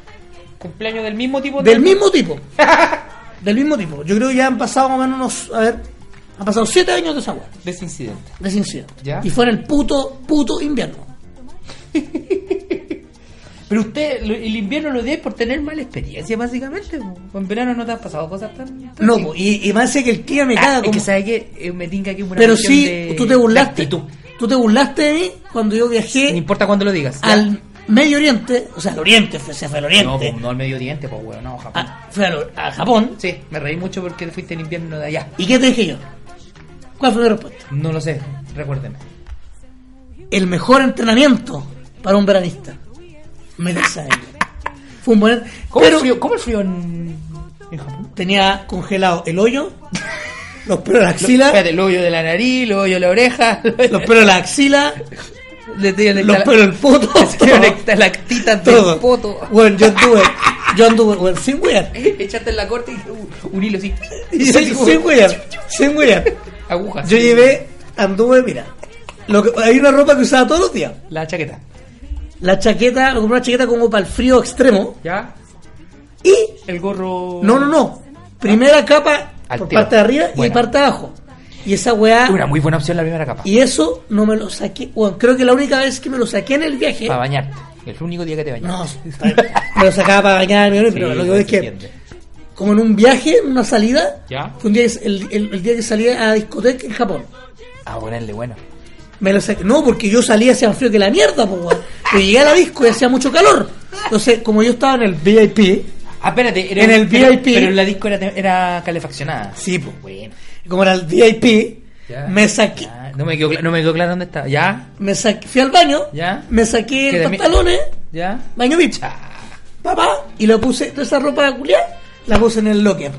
Speaker 6: Cumpleaños del mismo tipo
Speaker 3: del mismo tipo. del mismo tipo. Yo creo que ya han pasado más o menos unos. A ver, han pasado siete años de esa hueá,
Speaker 4: De ese incidente.
Speaker 3: de ese incidente.
Speaker 4: Ya.
Speaker 3: Y fue en el puto, puto invierno.
Speaker 6: Pero usted lo- el invierno lo dio por tener mala experiencia, básicamente. po. En verano no te han pasado cosas tan. tan
Speaker 3: No,
Speaker 6: chicas.
Speaker 3: po, y, y me parece que el clima me
Speaker 6: Ah,
Speaker 3: caga
Speaker 6: es
Speaker 3: como.
Speaker 6: que sabe que me tinca que es una
Speaker 3: Pero
Speaker 6: cuestión
Speaker 3: sí,
Speaker 6: de-
Speaker 3: tú te burlaste.
Speaker 6: de actitud.
Speaker 3: Tú te burlaste de mí cuando yo
Speaker 6: No
Speaker 3: viajé
Speaker 4: importa cuándo lo digas.
Speaker 3: al, Medio Oriente, o sea, al Oriente, fue- se fue al
Speaker 6: No,
Speaker 3: Oriente,
Speaker 6: pues, no al Medio Oriente, pues weón, no, Japón.
Speaker 3: a- fue al- a Japón.
Speaker 6: Sí, me reí mucho porque fuiste en invierno de allá.
Speaker 3: ¿Y qué te dije yo? ¿Cuál fue mi respuesta?
Speaker 6: No lo sé, recuérdeme.
Speaker 3: El mejor entrenamiento para un veranista. Me dice a ella. Fue un buen.
Speaker 6: ¿Cómo
Speaker 3: pero
Speaker 6: el frío, cómo el frío en, en Japón?
Speaker 3: tenía congelado el hoyo, los pelos de la axila,
Speaker 6: Espérate, el hoyo de la nariz, el hoyo de la oreja, el hoyo-
Speaker 3: los pelos de la axila,
Speaker 6: le tenía
Speaker 3: los
Speaker 6: la-
Speaker 3: pelos del poto,
Speaker 6: le tenía la- la lactita
Speaker 3: todo.
Speaker 6: del poto.
Speaker 3: Bueno, yo anduve, yo anduve, bueno, sin wear.
Speaker 6: Echaste Eh, en la corte y un, un hilo así.
Speaker 3: Sin, sin wear, sin wear.
Speaker 6: Agujas.
Speaker 3: Yo llevé, anduve, mira. Lo que, hay una ropa que usaba todos los días.
Speaker 6: La chaqueta.
Speaker 3: La chaqueta, lo compré una chaqueta como para el frío extremo.
Speaker 6: ¿Ya?
Speaker 3: Y.
Speaker 6: El gorro.
Speaker 3: No, no, no. Primera capa
Speaker 4: Al
Speaker 3: por
Speaker 4: tiro.
Speaker 3: parte de arriba y
Speaker 6: Buena.
Speaker 3: parte de abajo. Y esa weá.
Speaker 4: Una muy buena opción la primera capa.
Speaker 3: Y eso no me lo saqué. Bueno, creo que la única vez que me lo saqué en el viaje.
Speaker 4: Para bañarte. El único día que te bañas.
Speaker 3: No, me lo sacaba para bañar, pero
Speaker 4: Sí,
Speaker 3: lo que
Speaker 4: se
Speaker 3: digo es que,
Speaker 4: entiende.
Speaker 3: como en un viaje, en una salida,
Speaker 4: Ya.
Speaker 3: fue un día, que- el, el- el día que salí a discoteca en Japón.
Speaker 4: A ponerle bueno.
Speaker 3: Me lo saqué. No, porque yo salía hacía más frío que la mierda, pues, weón. Pero llegué a la disco y hacía mucho calor. Entonces, como yo estaba en el VIP,
Speaker 4: Ah, espérate.
Speaker 3: En el
Speaker 4: pero-
Speaker 3: VIP.
Speaker 4: Pero la disco era, era calefaccionada.
Speaker 3: sí, pues,
Speaker 4: Bueno.
Speaker 3: como era el VIP,
Speaker 4: Ya.
Speaker 3: me saqué.
Speaker 4: Ya, No me quedó, cla- no me quedó claro dónde está. ¿Ya?
Speaker 3: Me saqué, fui al baño,
Speaker 4: Ya.
Speaker 3: me saqué
Speaker 4: Que de
Speaker 3: el
Speaker 4: mi-
Speaker 3: pantalones,
Speaker 4: ¿Ya?
Speaker 3: baño bicha, papá, y lo puse, toda esa ropa culiada, la puse en el locker.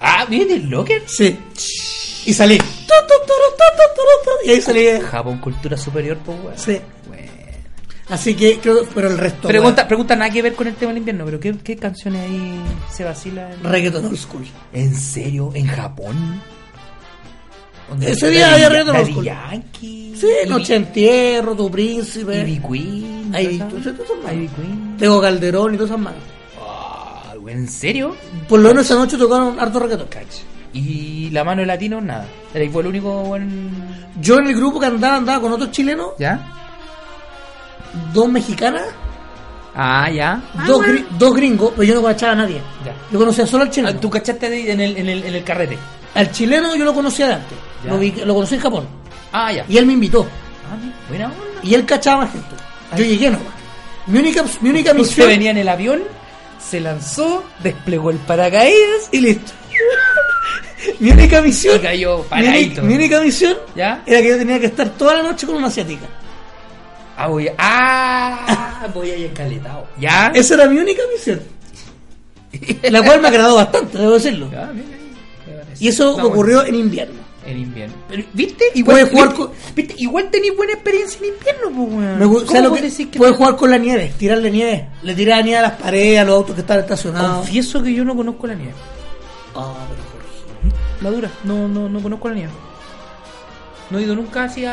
Speaker 4: Ah, ¿viene el locker?
Speaker 3: Sí. Y salí. Tu, tu, turu, tu, tu, turu, tu, Y ahí salí.
Speaker 4: Japón, cultura superior, pues, weón.
Speaker 3: Sí.
Speaker 4: Bueno.
Speaker 3: Así que creo pero el resto.
Speaker 4: Pregunta, pregunta nada que ver con el tema del invierno, pero ¿qué, qué canciones ahí se vacilan?
Speaker 3: weón, Reggaeton old school.
Speaker 4: ¿En serio? ¿En Japón? ¿Dónde
Speaker 3: Ese
Speaker 4: está
Speaker 3: día
Speaker 4: Daddy-
Speaker 3: había reggaeton
Speaker 4: Daddy
Speaker 3: old school.
Speaker 4: Yankee.
Speaker 3: Sí,
Speaker 4: Ivy-
Speaker 3: Noche Entierro, Tu Príncipe.
Speaker 4: Ivy Queen.
Speaker 3: Ivy-
Speaker 4: ¿no?
Speaker 3: tú- tú- tú- tú-
Speaker 4: Ivy Queen.
Speaker 3: Tego Calderón y todas esas manos.
Speaker 4: Ah, ¿En serio?
Speaker 3: Por lo menos esa noche tocaron harto reggaeton.
Speaker 4: Y la mano de latino, nada. Eres fue el único buen.
Speaker 3: Yo en el grupo que andaba, andaba con otros chilenos,
Speaker 4: ¿Ya?
Speaker 3: dos mexicanas,
Speaker 4: Ah, ya.
Speaker 3: dos, gri- dos gringos, pero yo no cachaba a nadie.
Speaker 4: Ya.
Speaker 3: Yo conocía solo al chileno.
Speaker 4: Ah, Tú cachaste de- en el, en el, en el carrete.
Speaker 3: Al chileno yo lo conocía de antes.
Speaker 4: Ya.
Speaker 3: Lo, vi- lo conocí en Japón.
Speaker 4: Ah, ya.
Speaker 3: Y él me invitó.
Speaker 4: Ah, mira, buena onda.
Speaker 3: Y él cachaba más gente. Yo llegué nomás. Mi única, mi única
Speaker 4: Se
Speaker 3: misión.
Speaker 4: venía en el avión, se lanzó, desplegó el paracaídas
Speaker 3: Y listo. mi única
Speaker 4: y
Speaker 3: misión.
Speaker 4: cayó
Speaker 3: Mi,
Speaker 4: paradito.
Speaker 3: uni- mi única misión
Speaker 4: ¿Ya?
Speaker 3: era que yo tenía que estar toda la noche con una asiática.
Speaker 4: Ah, voy a... Ah, voy ahí encaletado. ¿Ya?
Speaker 3: Esa era mi única misión. La cual me agradó bastante, debo decirlo.
Speaker 4: Ya, Ah, mira, ahí, me parece.
Speaker 3: Y eso
Speaker 4: Está bueno.
Speaker 3: ocurrió en invierno.
Speaker 4: en invierno. Pero, ¿Viste? Igual,
Speaker 3: Puedes jugar
Speaker 4: viste-
Speaker 3: con-
Speaker 4: viste, igual tenés buena experiencia en invierno, pues, weón.
Speaker 3: Me, gu-
Speaker 4: ¿Cómo
Speaker 3: ¿sabes lo
Speaker 4: vos
Speaker 3: que-
Speaker 4: decís que
Speaker 3: puedes
Speaker 4: no?
Speaker 3: jugar con la nieve, tirarle nieve. Le tiraba nieve a las paredes, a los autos que estaban estacionados.
Speaker 4: Confieso que yo no conozco la nieve.
Speaker 3: Ah, pero Jorge.
Speaker 4: La dura, no, no, no conozco la nieve. No he ido nunca hacia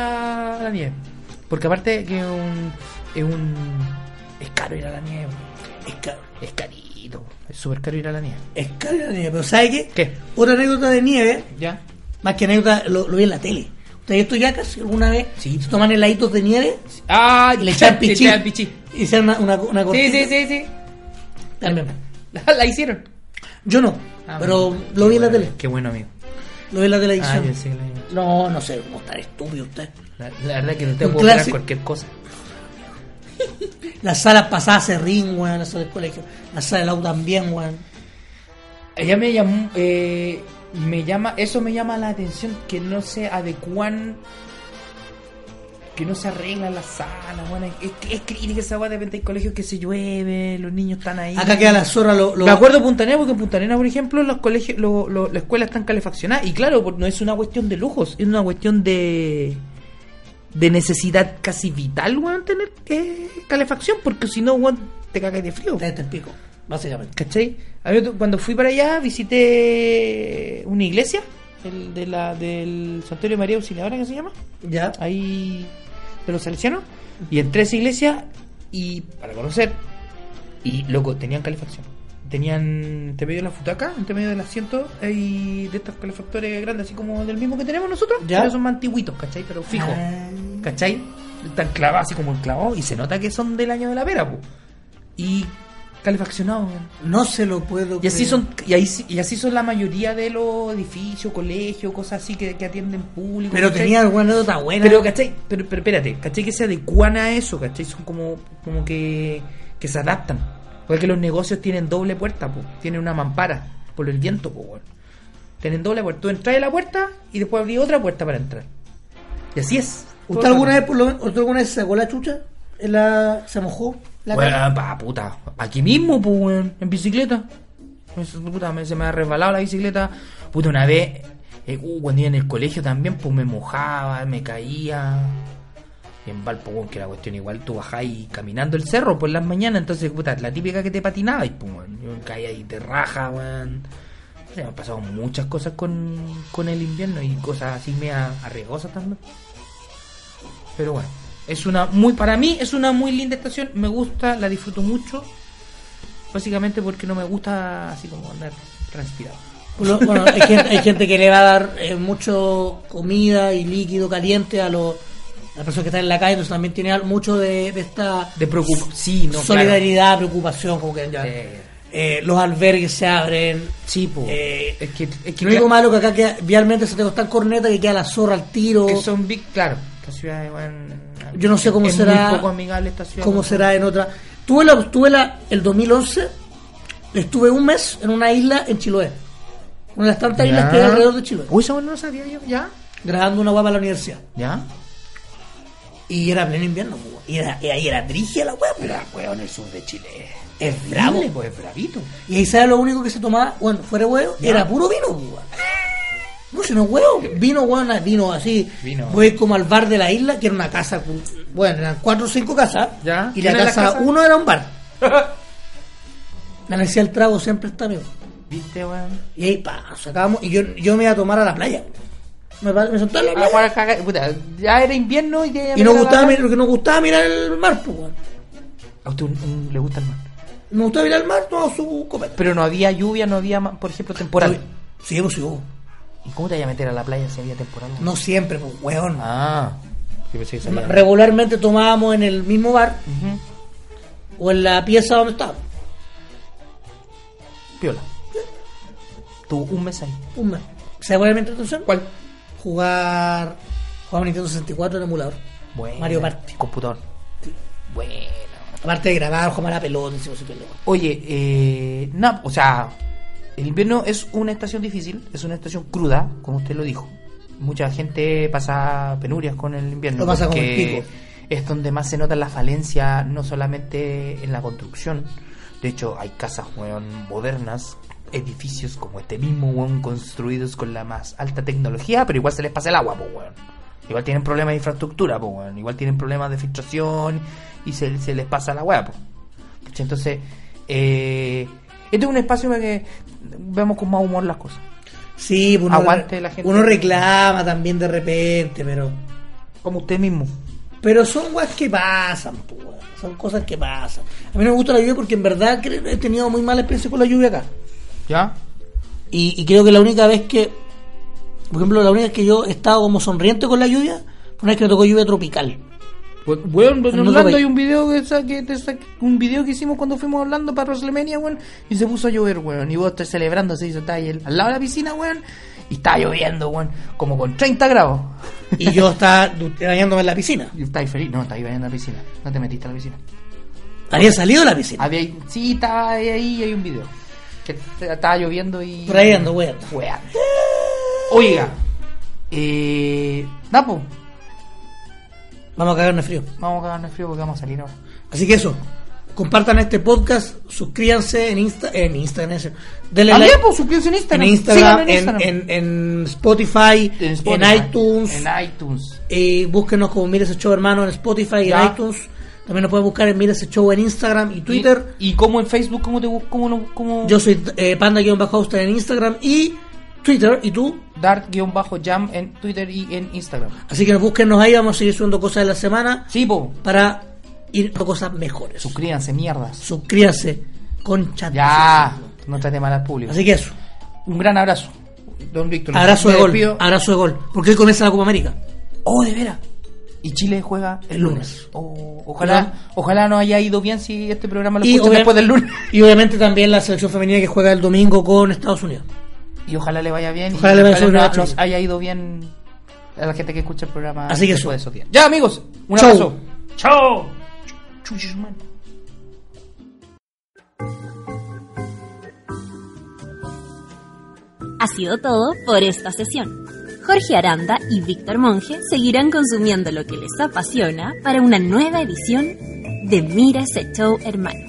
Speaker 4: la nieve. Porque aparte que es un. Es un. Es caro ir a la nieve.
Speaker 3: Es caro.
Speaker 4: Es carito. Es súper caro ir a la nieve.
Speaker 3: Es caro la nieve, pero ¿sabes qué?
Speaker 4: ¿Qué?
Speaker 3: Otra anécdota de nieve
Speaker 4: ¿Ya?
Speaker 3: Más que anécdota, lo, lo vi en la tele. Ustedes estos yacas, alguna vez
Speaker 4: Sí.
Speaker 3: se toman heladitos de nieve
Speaker 4: Ah,
Speaker 3: y le echan pichí.
Speaker 4: Le echan pichí.
Speaker 3: Y hicieron una, una, una
Speaker 4: Sí,
Speaker 3: cortina.
Speaker 4: sí, sí, sí.
Speaker 3: También.
Speaker 4: La, la hicieron.
Speaker 3: Yo no,
Speaker 4: Ah,
Speaker 3: pero
Speaker 4: bueno.
Speaker 3: lo vi en la
Speaker 4: Qué
Speaker 3: tele.
Speaker 4: bueno, Qué bueno, amigo.
Speaker 3: Lo vi en la
Speaker 4: Ah,
Speaker 3: televisión.
Speaker 4: yo sé que la nieve.
Speaker 3: No, no sé, cómo tan estúpido usted.
Speaker 4: La, la verdad que no te
Speaker 3: Un
Speaker 4: puedo operar
Speaker 3: clásico.
Speaker 4: cualquier cosa.
Speaker 3: Las salas pasadas se ríen, weón, las salas del colegio. La sala del auto también, weón.
Speaker 4: Ella me llamó, eh, me llama, eso me llama la atención que no se adecuan, que no se arreglan las salas, bueno, es, es crítica esa weá de repente hay colegios que se llueve, los niños están ahí.
Speaker 3: Acá queda la zorra, lo, lo-
Speaker 4: Me acuerdo de Punta Arenas, porque en Punta Arenas, por ejemplo, los colegios, lo- lo- las escuelas están calefaccionadas. Y claro, por- no es una cuestión de lujos, es una cuestión de de necesidad casi vital, weón, tener eh, calefacción, porque si no, weón, te cagas de frío.
Speaker 3: Te, te este pico, básicamente.
Speaker 4: ¿Cachai? A mí, cuando fui para allá visité una iglesia el- de la, del Santuario de María Auxiliadora, que se llama,
Speaker 3: Ya.
Speaker 4: ahí de los salesianos, y entré a esa iglesia y para conocer, y loco, tenían calefacción. Tenían entre medio de la futaca, entre medio del asiento, y de estos calefactores grandes, así como del mismo que tenemos nosotros,
Speaker 3: Ya.
Speaker 4: pero son más antiguitos, ¿cachai? Pero fijos.
Speaker 3: Ah.
Speaker 4: ¿Cachai? Están clavados así como enclavados y se nota que son del año de la pera, po. Y calefaccionado. weón.
Speaker 3: No se lo puedo
Speaker 4: Y así
Speaker 3: creer.
Speaker 4: son y, ahí, sí- y así son la mayoría de los edificios, colegios, cosas así que, que atienden público.
Speaker 3: Pero
Speaker 4: ¿cachai?
Speaker 3: tenía alguna anécdota buena.
Speaker 4: Pero, ¿cachai? Pero, pero espérate, ¿cachai? Que se adecuan a eso, ¿cachai? Son como, como que, que se adaptan. Porque los negocios tienen doble puerta, po. tienen una mampara por el viento, po, weón. Tienen doble puerta. Tú entras a la puerta y después abrí otra puerta para entrar. Y así es.
Speaker 3: ¿Usted alguna vez, por lo menos- ¿usted alguna vez se sacó la chucha? ¿En la- ¿Se mojó? La cara?
Speaker 4: Weón, pa, puta. Aquí mismo, pues, weón. En bicicleta. Me- Puta, me- se me ha resbalado la bicicleta. Puta, una vez, eh, uh, cuando iba en el colegio también, pues me mojaba, me caía. Y en Valpo, weón, que la cuestión igual, tú bajáis caminando el cerro por las mañanas, entonces, puta, la típica que te patinabas, y, pues, weón. Yo caía y te raja, weón. Se me han pasado muchas cosas con, con el invierno y cosas así media arriesgosas también. Pero bueno, es una muy para mí es una muy linda estación, me gusta, la disfruto mucho. Básicamente porque no me gusta así como andar transpirado.
Speaker 3: Lo- Bueno, hay gente, hay gente que le va a dar eh, mucho comida y líquido caliente a los a las personas que están en la calle, entonces también tiene al- mucho de, de esta
Speaker 4: De preocup sí, no,
Speaker 3: solidaridad, preocupación, como quieran llamar.
Speaker 4: claro. Eh,
Speaker 3: Eh, los albergues se abren.
Speaker 4: sí, po.
Speaker 3: Eh,
Speaker 4: es que es que,
Speaker 3: Lo único malo que acá queda, vialmente se te está corneta que queda la zorra al tiro.
Speaker 4: que son big, claro. Esta ciudad es buen-
Speaker 3: Yo no sé cómo
Speaker 4: es
Speaker 3: será-
Speaker 4: muy poco amigable esta ciudad.
Speaker 3: como
Speaker 4: ¿no?
Speaker 3: será en otra. Tuve la, tuve la, el 2011, estuve un mes en una isla en Chiloé. Una de las tantas islas que hay
Speaker 4: Ya.
Speaker 3: alrededor de Chiloé.
Speaker 4: Uy, eso no lo sabía yo, ya.
Speaker 3: Grabando una guapa a la universidad.
Speaker 4: Ya.
Speaker 3: Y era pleno invierno, pues, weón. y, era, y ahí era brigia la weá. Era en el sur de Chile. Es bravo.
Speaker 4: Dile, pues bravito.
Speaker 3: Y ahí sabes lo único que se tomaba, bueno, fuera huevo, era puro vino, pues, weón. No, si no es huevo, vino, weón, vino así.
Speaker 4: Vino.
Speaker 3: Voy como al bar de la isla, que era una casa, con- bueno, eran cuatro o cinco casas.
Speaker 4: Ya.
Speaker 3: Y la
Speaker 4: ¿Una de las
Speaker 3: casa
Speaker 4: casas?
Speaker 3: uno era un bar. La necesidad del trago siempre está amigo.
Speaker 4: ¿Viste, weón?
Speaker 3: Y ahí, pa, sacábamos, y yo, yo me iba a tomar a la playa. Me, pa- me senté en la
Speaker 4: Ah,
Speaker 3: playa.
Speaker 4: bueno, caga- puta, ya era invierno y ya
Speaker 3: y nos gustaba, mirar- lo que nos gustaba mirar el mar, pues, weón.
Speaker 4: A usted un- un- le gusta el mar.
Speaker 3: Nos gustaba mirar el mar, tomamos su copete.
Speaker 4: Pero no había lluvia, no había, ma- por ejemplo, temporal.
Speaker 3: Sí, pues sí, hubo.
Speaker 4: ¿Y cómo te vayas a meter a la playa si había temporal?
Speaker 3: No siempre, pues, weón.
Speaker 4: Ah. Yo pensé que sabía.
Speaker 3: Regularmente tomábamos en el mismo bar
Speaker 4: Ujú.
Speaker 3: o en la pieza donde estábamos.
Speaker 4: Piola. Tuvo un mes ahí.
Speaker 3: Un mes. ¿Se acuerdan de mi introducción?
Speaker 4: ¿Cuál?
Speaker 3: Jugar. Jugar Nintendo 64 en emulador.
Speaker 4: Bueno.
Speaker 3: Mario Party.
Speaker 4: Computador. Bueno.
Speaker 3: Aparte de grabar, jugar a la pelota, hicimos su pelota.
Speaker 4: Oye, eh, no, o sea, el invierno es una estación difícil, es una estación cruda, como usted lo dijo. Mucha gente pasa penurias con el invierno.
Speaker 3: Lo pasa como el
Speaker 4: porque
Speaker 3: pico.
Speaker 4: Es donde más se nota la falencia, no solamente en la construcción. De hecho, hay casas weón, modernas, edificios como este mismo, weón, construidos con la más alta tecnología, pero igual se les pasa el agua, po, weón. Igual tienen problemas de infraestructura, po, weón. Igual tienen problemas de filtración y se, se les pasa la agua, po. ¿Cachai? Entonces, eh, este es un espacio para que vemos con más humor las cosas.
Speaker 3: Sí, pues uno,
Speaker 4: Aguante la gente.
Speaker 3: uno reclama también de repente, pero.
Speaker 4: Como usted mismo.
Speaker 3: Pero son weas que pasan, pues, weón. Son cosas que pasan. A mí no me gusta la lluvia porque en verdad creo- he tenido muy mala experiencia con la lluvia acá.
Speaker 4: ¿Ya?
Speaker 3: Y, y creo que la única vez que, por ejemplo, la única vez que yo he estado como sonriente con la lluvia, fue una vez que me tocó lluvia tropical.
Speaker 4: Bueno,
Speaker 3: en Orlando hay un
Speaker 4: video que, un video que hicimos cuando fuimos hablando para WrestleMania, weón, y se puso a llover, weón, y vos estás celebrando, se hizo taller al lado de la piscina, weón, y está lloviendo, weón, como con 30 grados.
Speaker 3: Y yo estaba du- bañándome en la piscina.
Speaker 4: Y estáis feliz, no, estáis en la piscina, no te metiste a la piscina.
Speaker 3: Había salido de la piscina.
Speaker 4: Había, sí, estaba ahí, ahí, hay un video, que estaba lloviendo y...
Speaker 3: Por ahí ando, weón.
Speaker 4: Weón. Oiga, eh, Napo,
Speaker 3: Vamos a cagarnos de frío.
Speaker 4: vamos a cagarnos de frío porque vamos a salir ahora.
Speaker 3: Así que eso. Compartan este podcast, suscríbanse en Insta, en Instagram, en ese. denle
Speaker 4: También,
Speaker 3: like
Speaker 4: pues, suscríbanse en
Speaker 3: en
Speaker 4: Instagram.
Speaker 3: Instagram,
Speaker 4: síganme
Speaker 3: en, en- en Spotify, en,
Speaker 4: Spotify,
Speaker 3: iTunes,
Speaker 4: En iTunes.
Speaker 3: eh, búsquenos como Mira ese show hermano en Spotify y
Speaker 4: Ya.
Speaker 3: en iTunes. También nos pueden buscar en Mira ese show en Instagram y Twitter.
Speaker 4: ¿Y, y cómo en Facebook? ¿Cómo te busco? ¿Cómo, no- cómo...
Speaker 3: Yo soy eh, panda-hoster en Instagram y Twitter, y tú.
Speaker 4: Dart-jam en Twitter y en Instagram.
Speaker 3: Así que búsquenos ahí, vamos a seguir subiendo cosas de la semana
Speaker 4: Sí, po.
Speaker 3: para ir a cosas mejores.
Speaker 4: Suscríbanse, mierdas.
Speaker 3: Suscríbase con chat.
Speaker 4: Ya. No trate mal al público.
Speaker 3: Así que eso.
Speaker 4: Un gran abrazo. Don Víctor.
Speaker 3: Abrazo
Speaker 4: me
Speaker 3: de gol.
Speaker 4: despido.
Speaker 3: Abrazo de gol. Porque hoy comienza la Copa América.
Speaker 4: Oh, de veras. Y Chile juega el
Speaker 3: El lunes.
Speaker 4: lunes. Oh, ojalá, ojalá no haya ido bien si este programa lo
Speaker 3: Y
Speaker 4: escuchan
Speaker 3: obvia-
Speaker 4: después del lunes.
Speaker 3: Y obviamente también la selección femenina que juega el domingo con Estados Unidos.
Speaker 4: Y ojalá le vaya bien. y
Speaker 3: Ojalá le vaya bien a
Speaker 4: no-
Speaker 3: Chile.
Speaker 4: nos haya ido bien a la gente que escucha el programa.
Speaker 3: Así que
Speaker 4: después de
Speaker 3: eso.
Speaker 4: esos días. Ya, amigos. Un
Speaker 3: Chau.
Speaker 4: abrazo. Chao. Chuchis, man.
Speaker 7: Ha sido todo por esta sesión. Jorge Aranda y Víctor Monge seguirán consumiendo lo que les apasiona para una nueva edición de Mira ese show, hermano.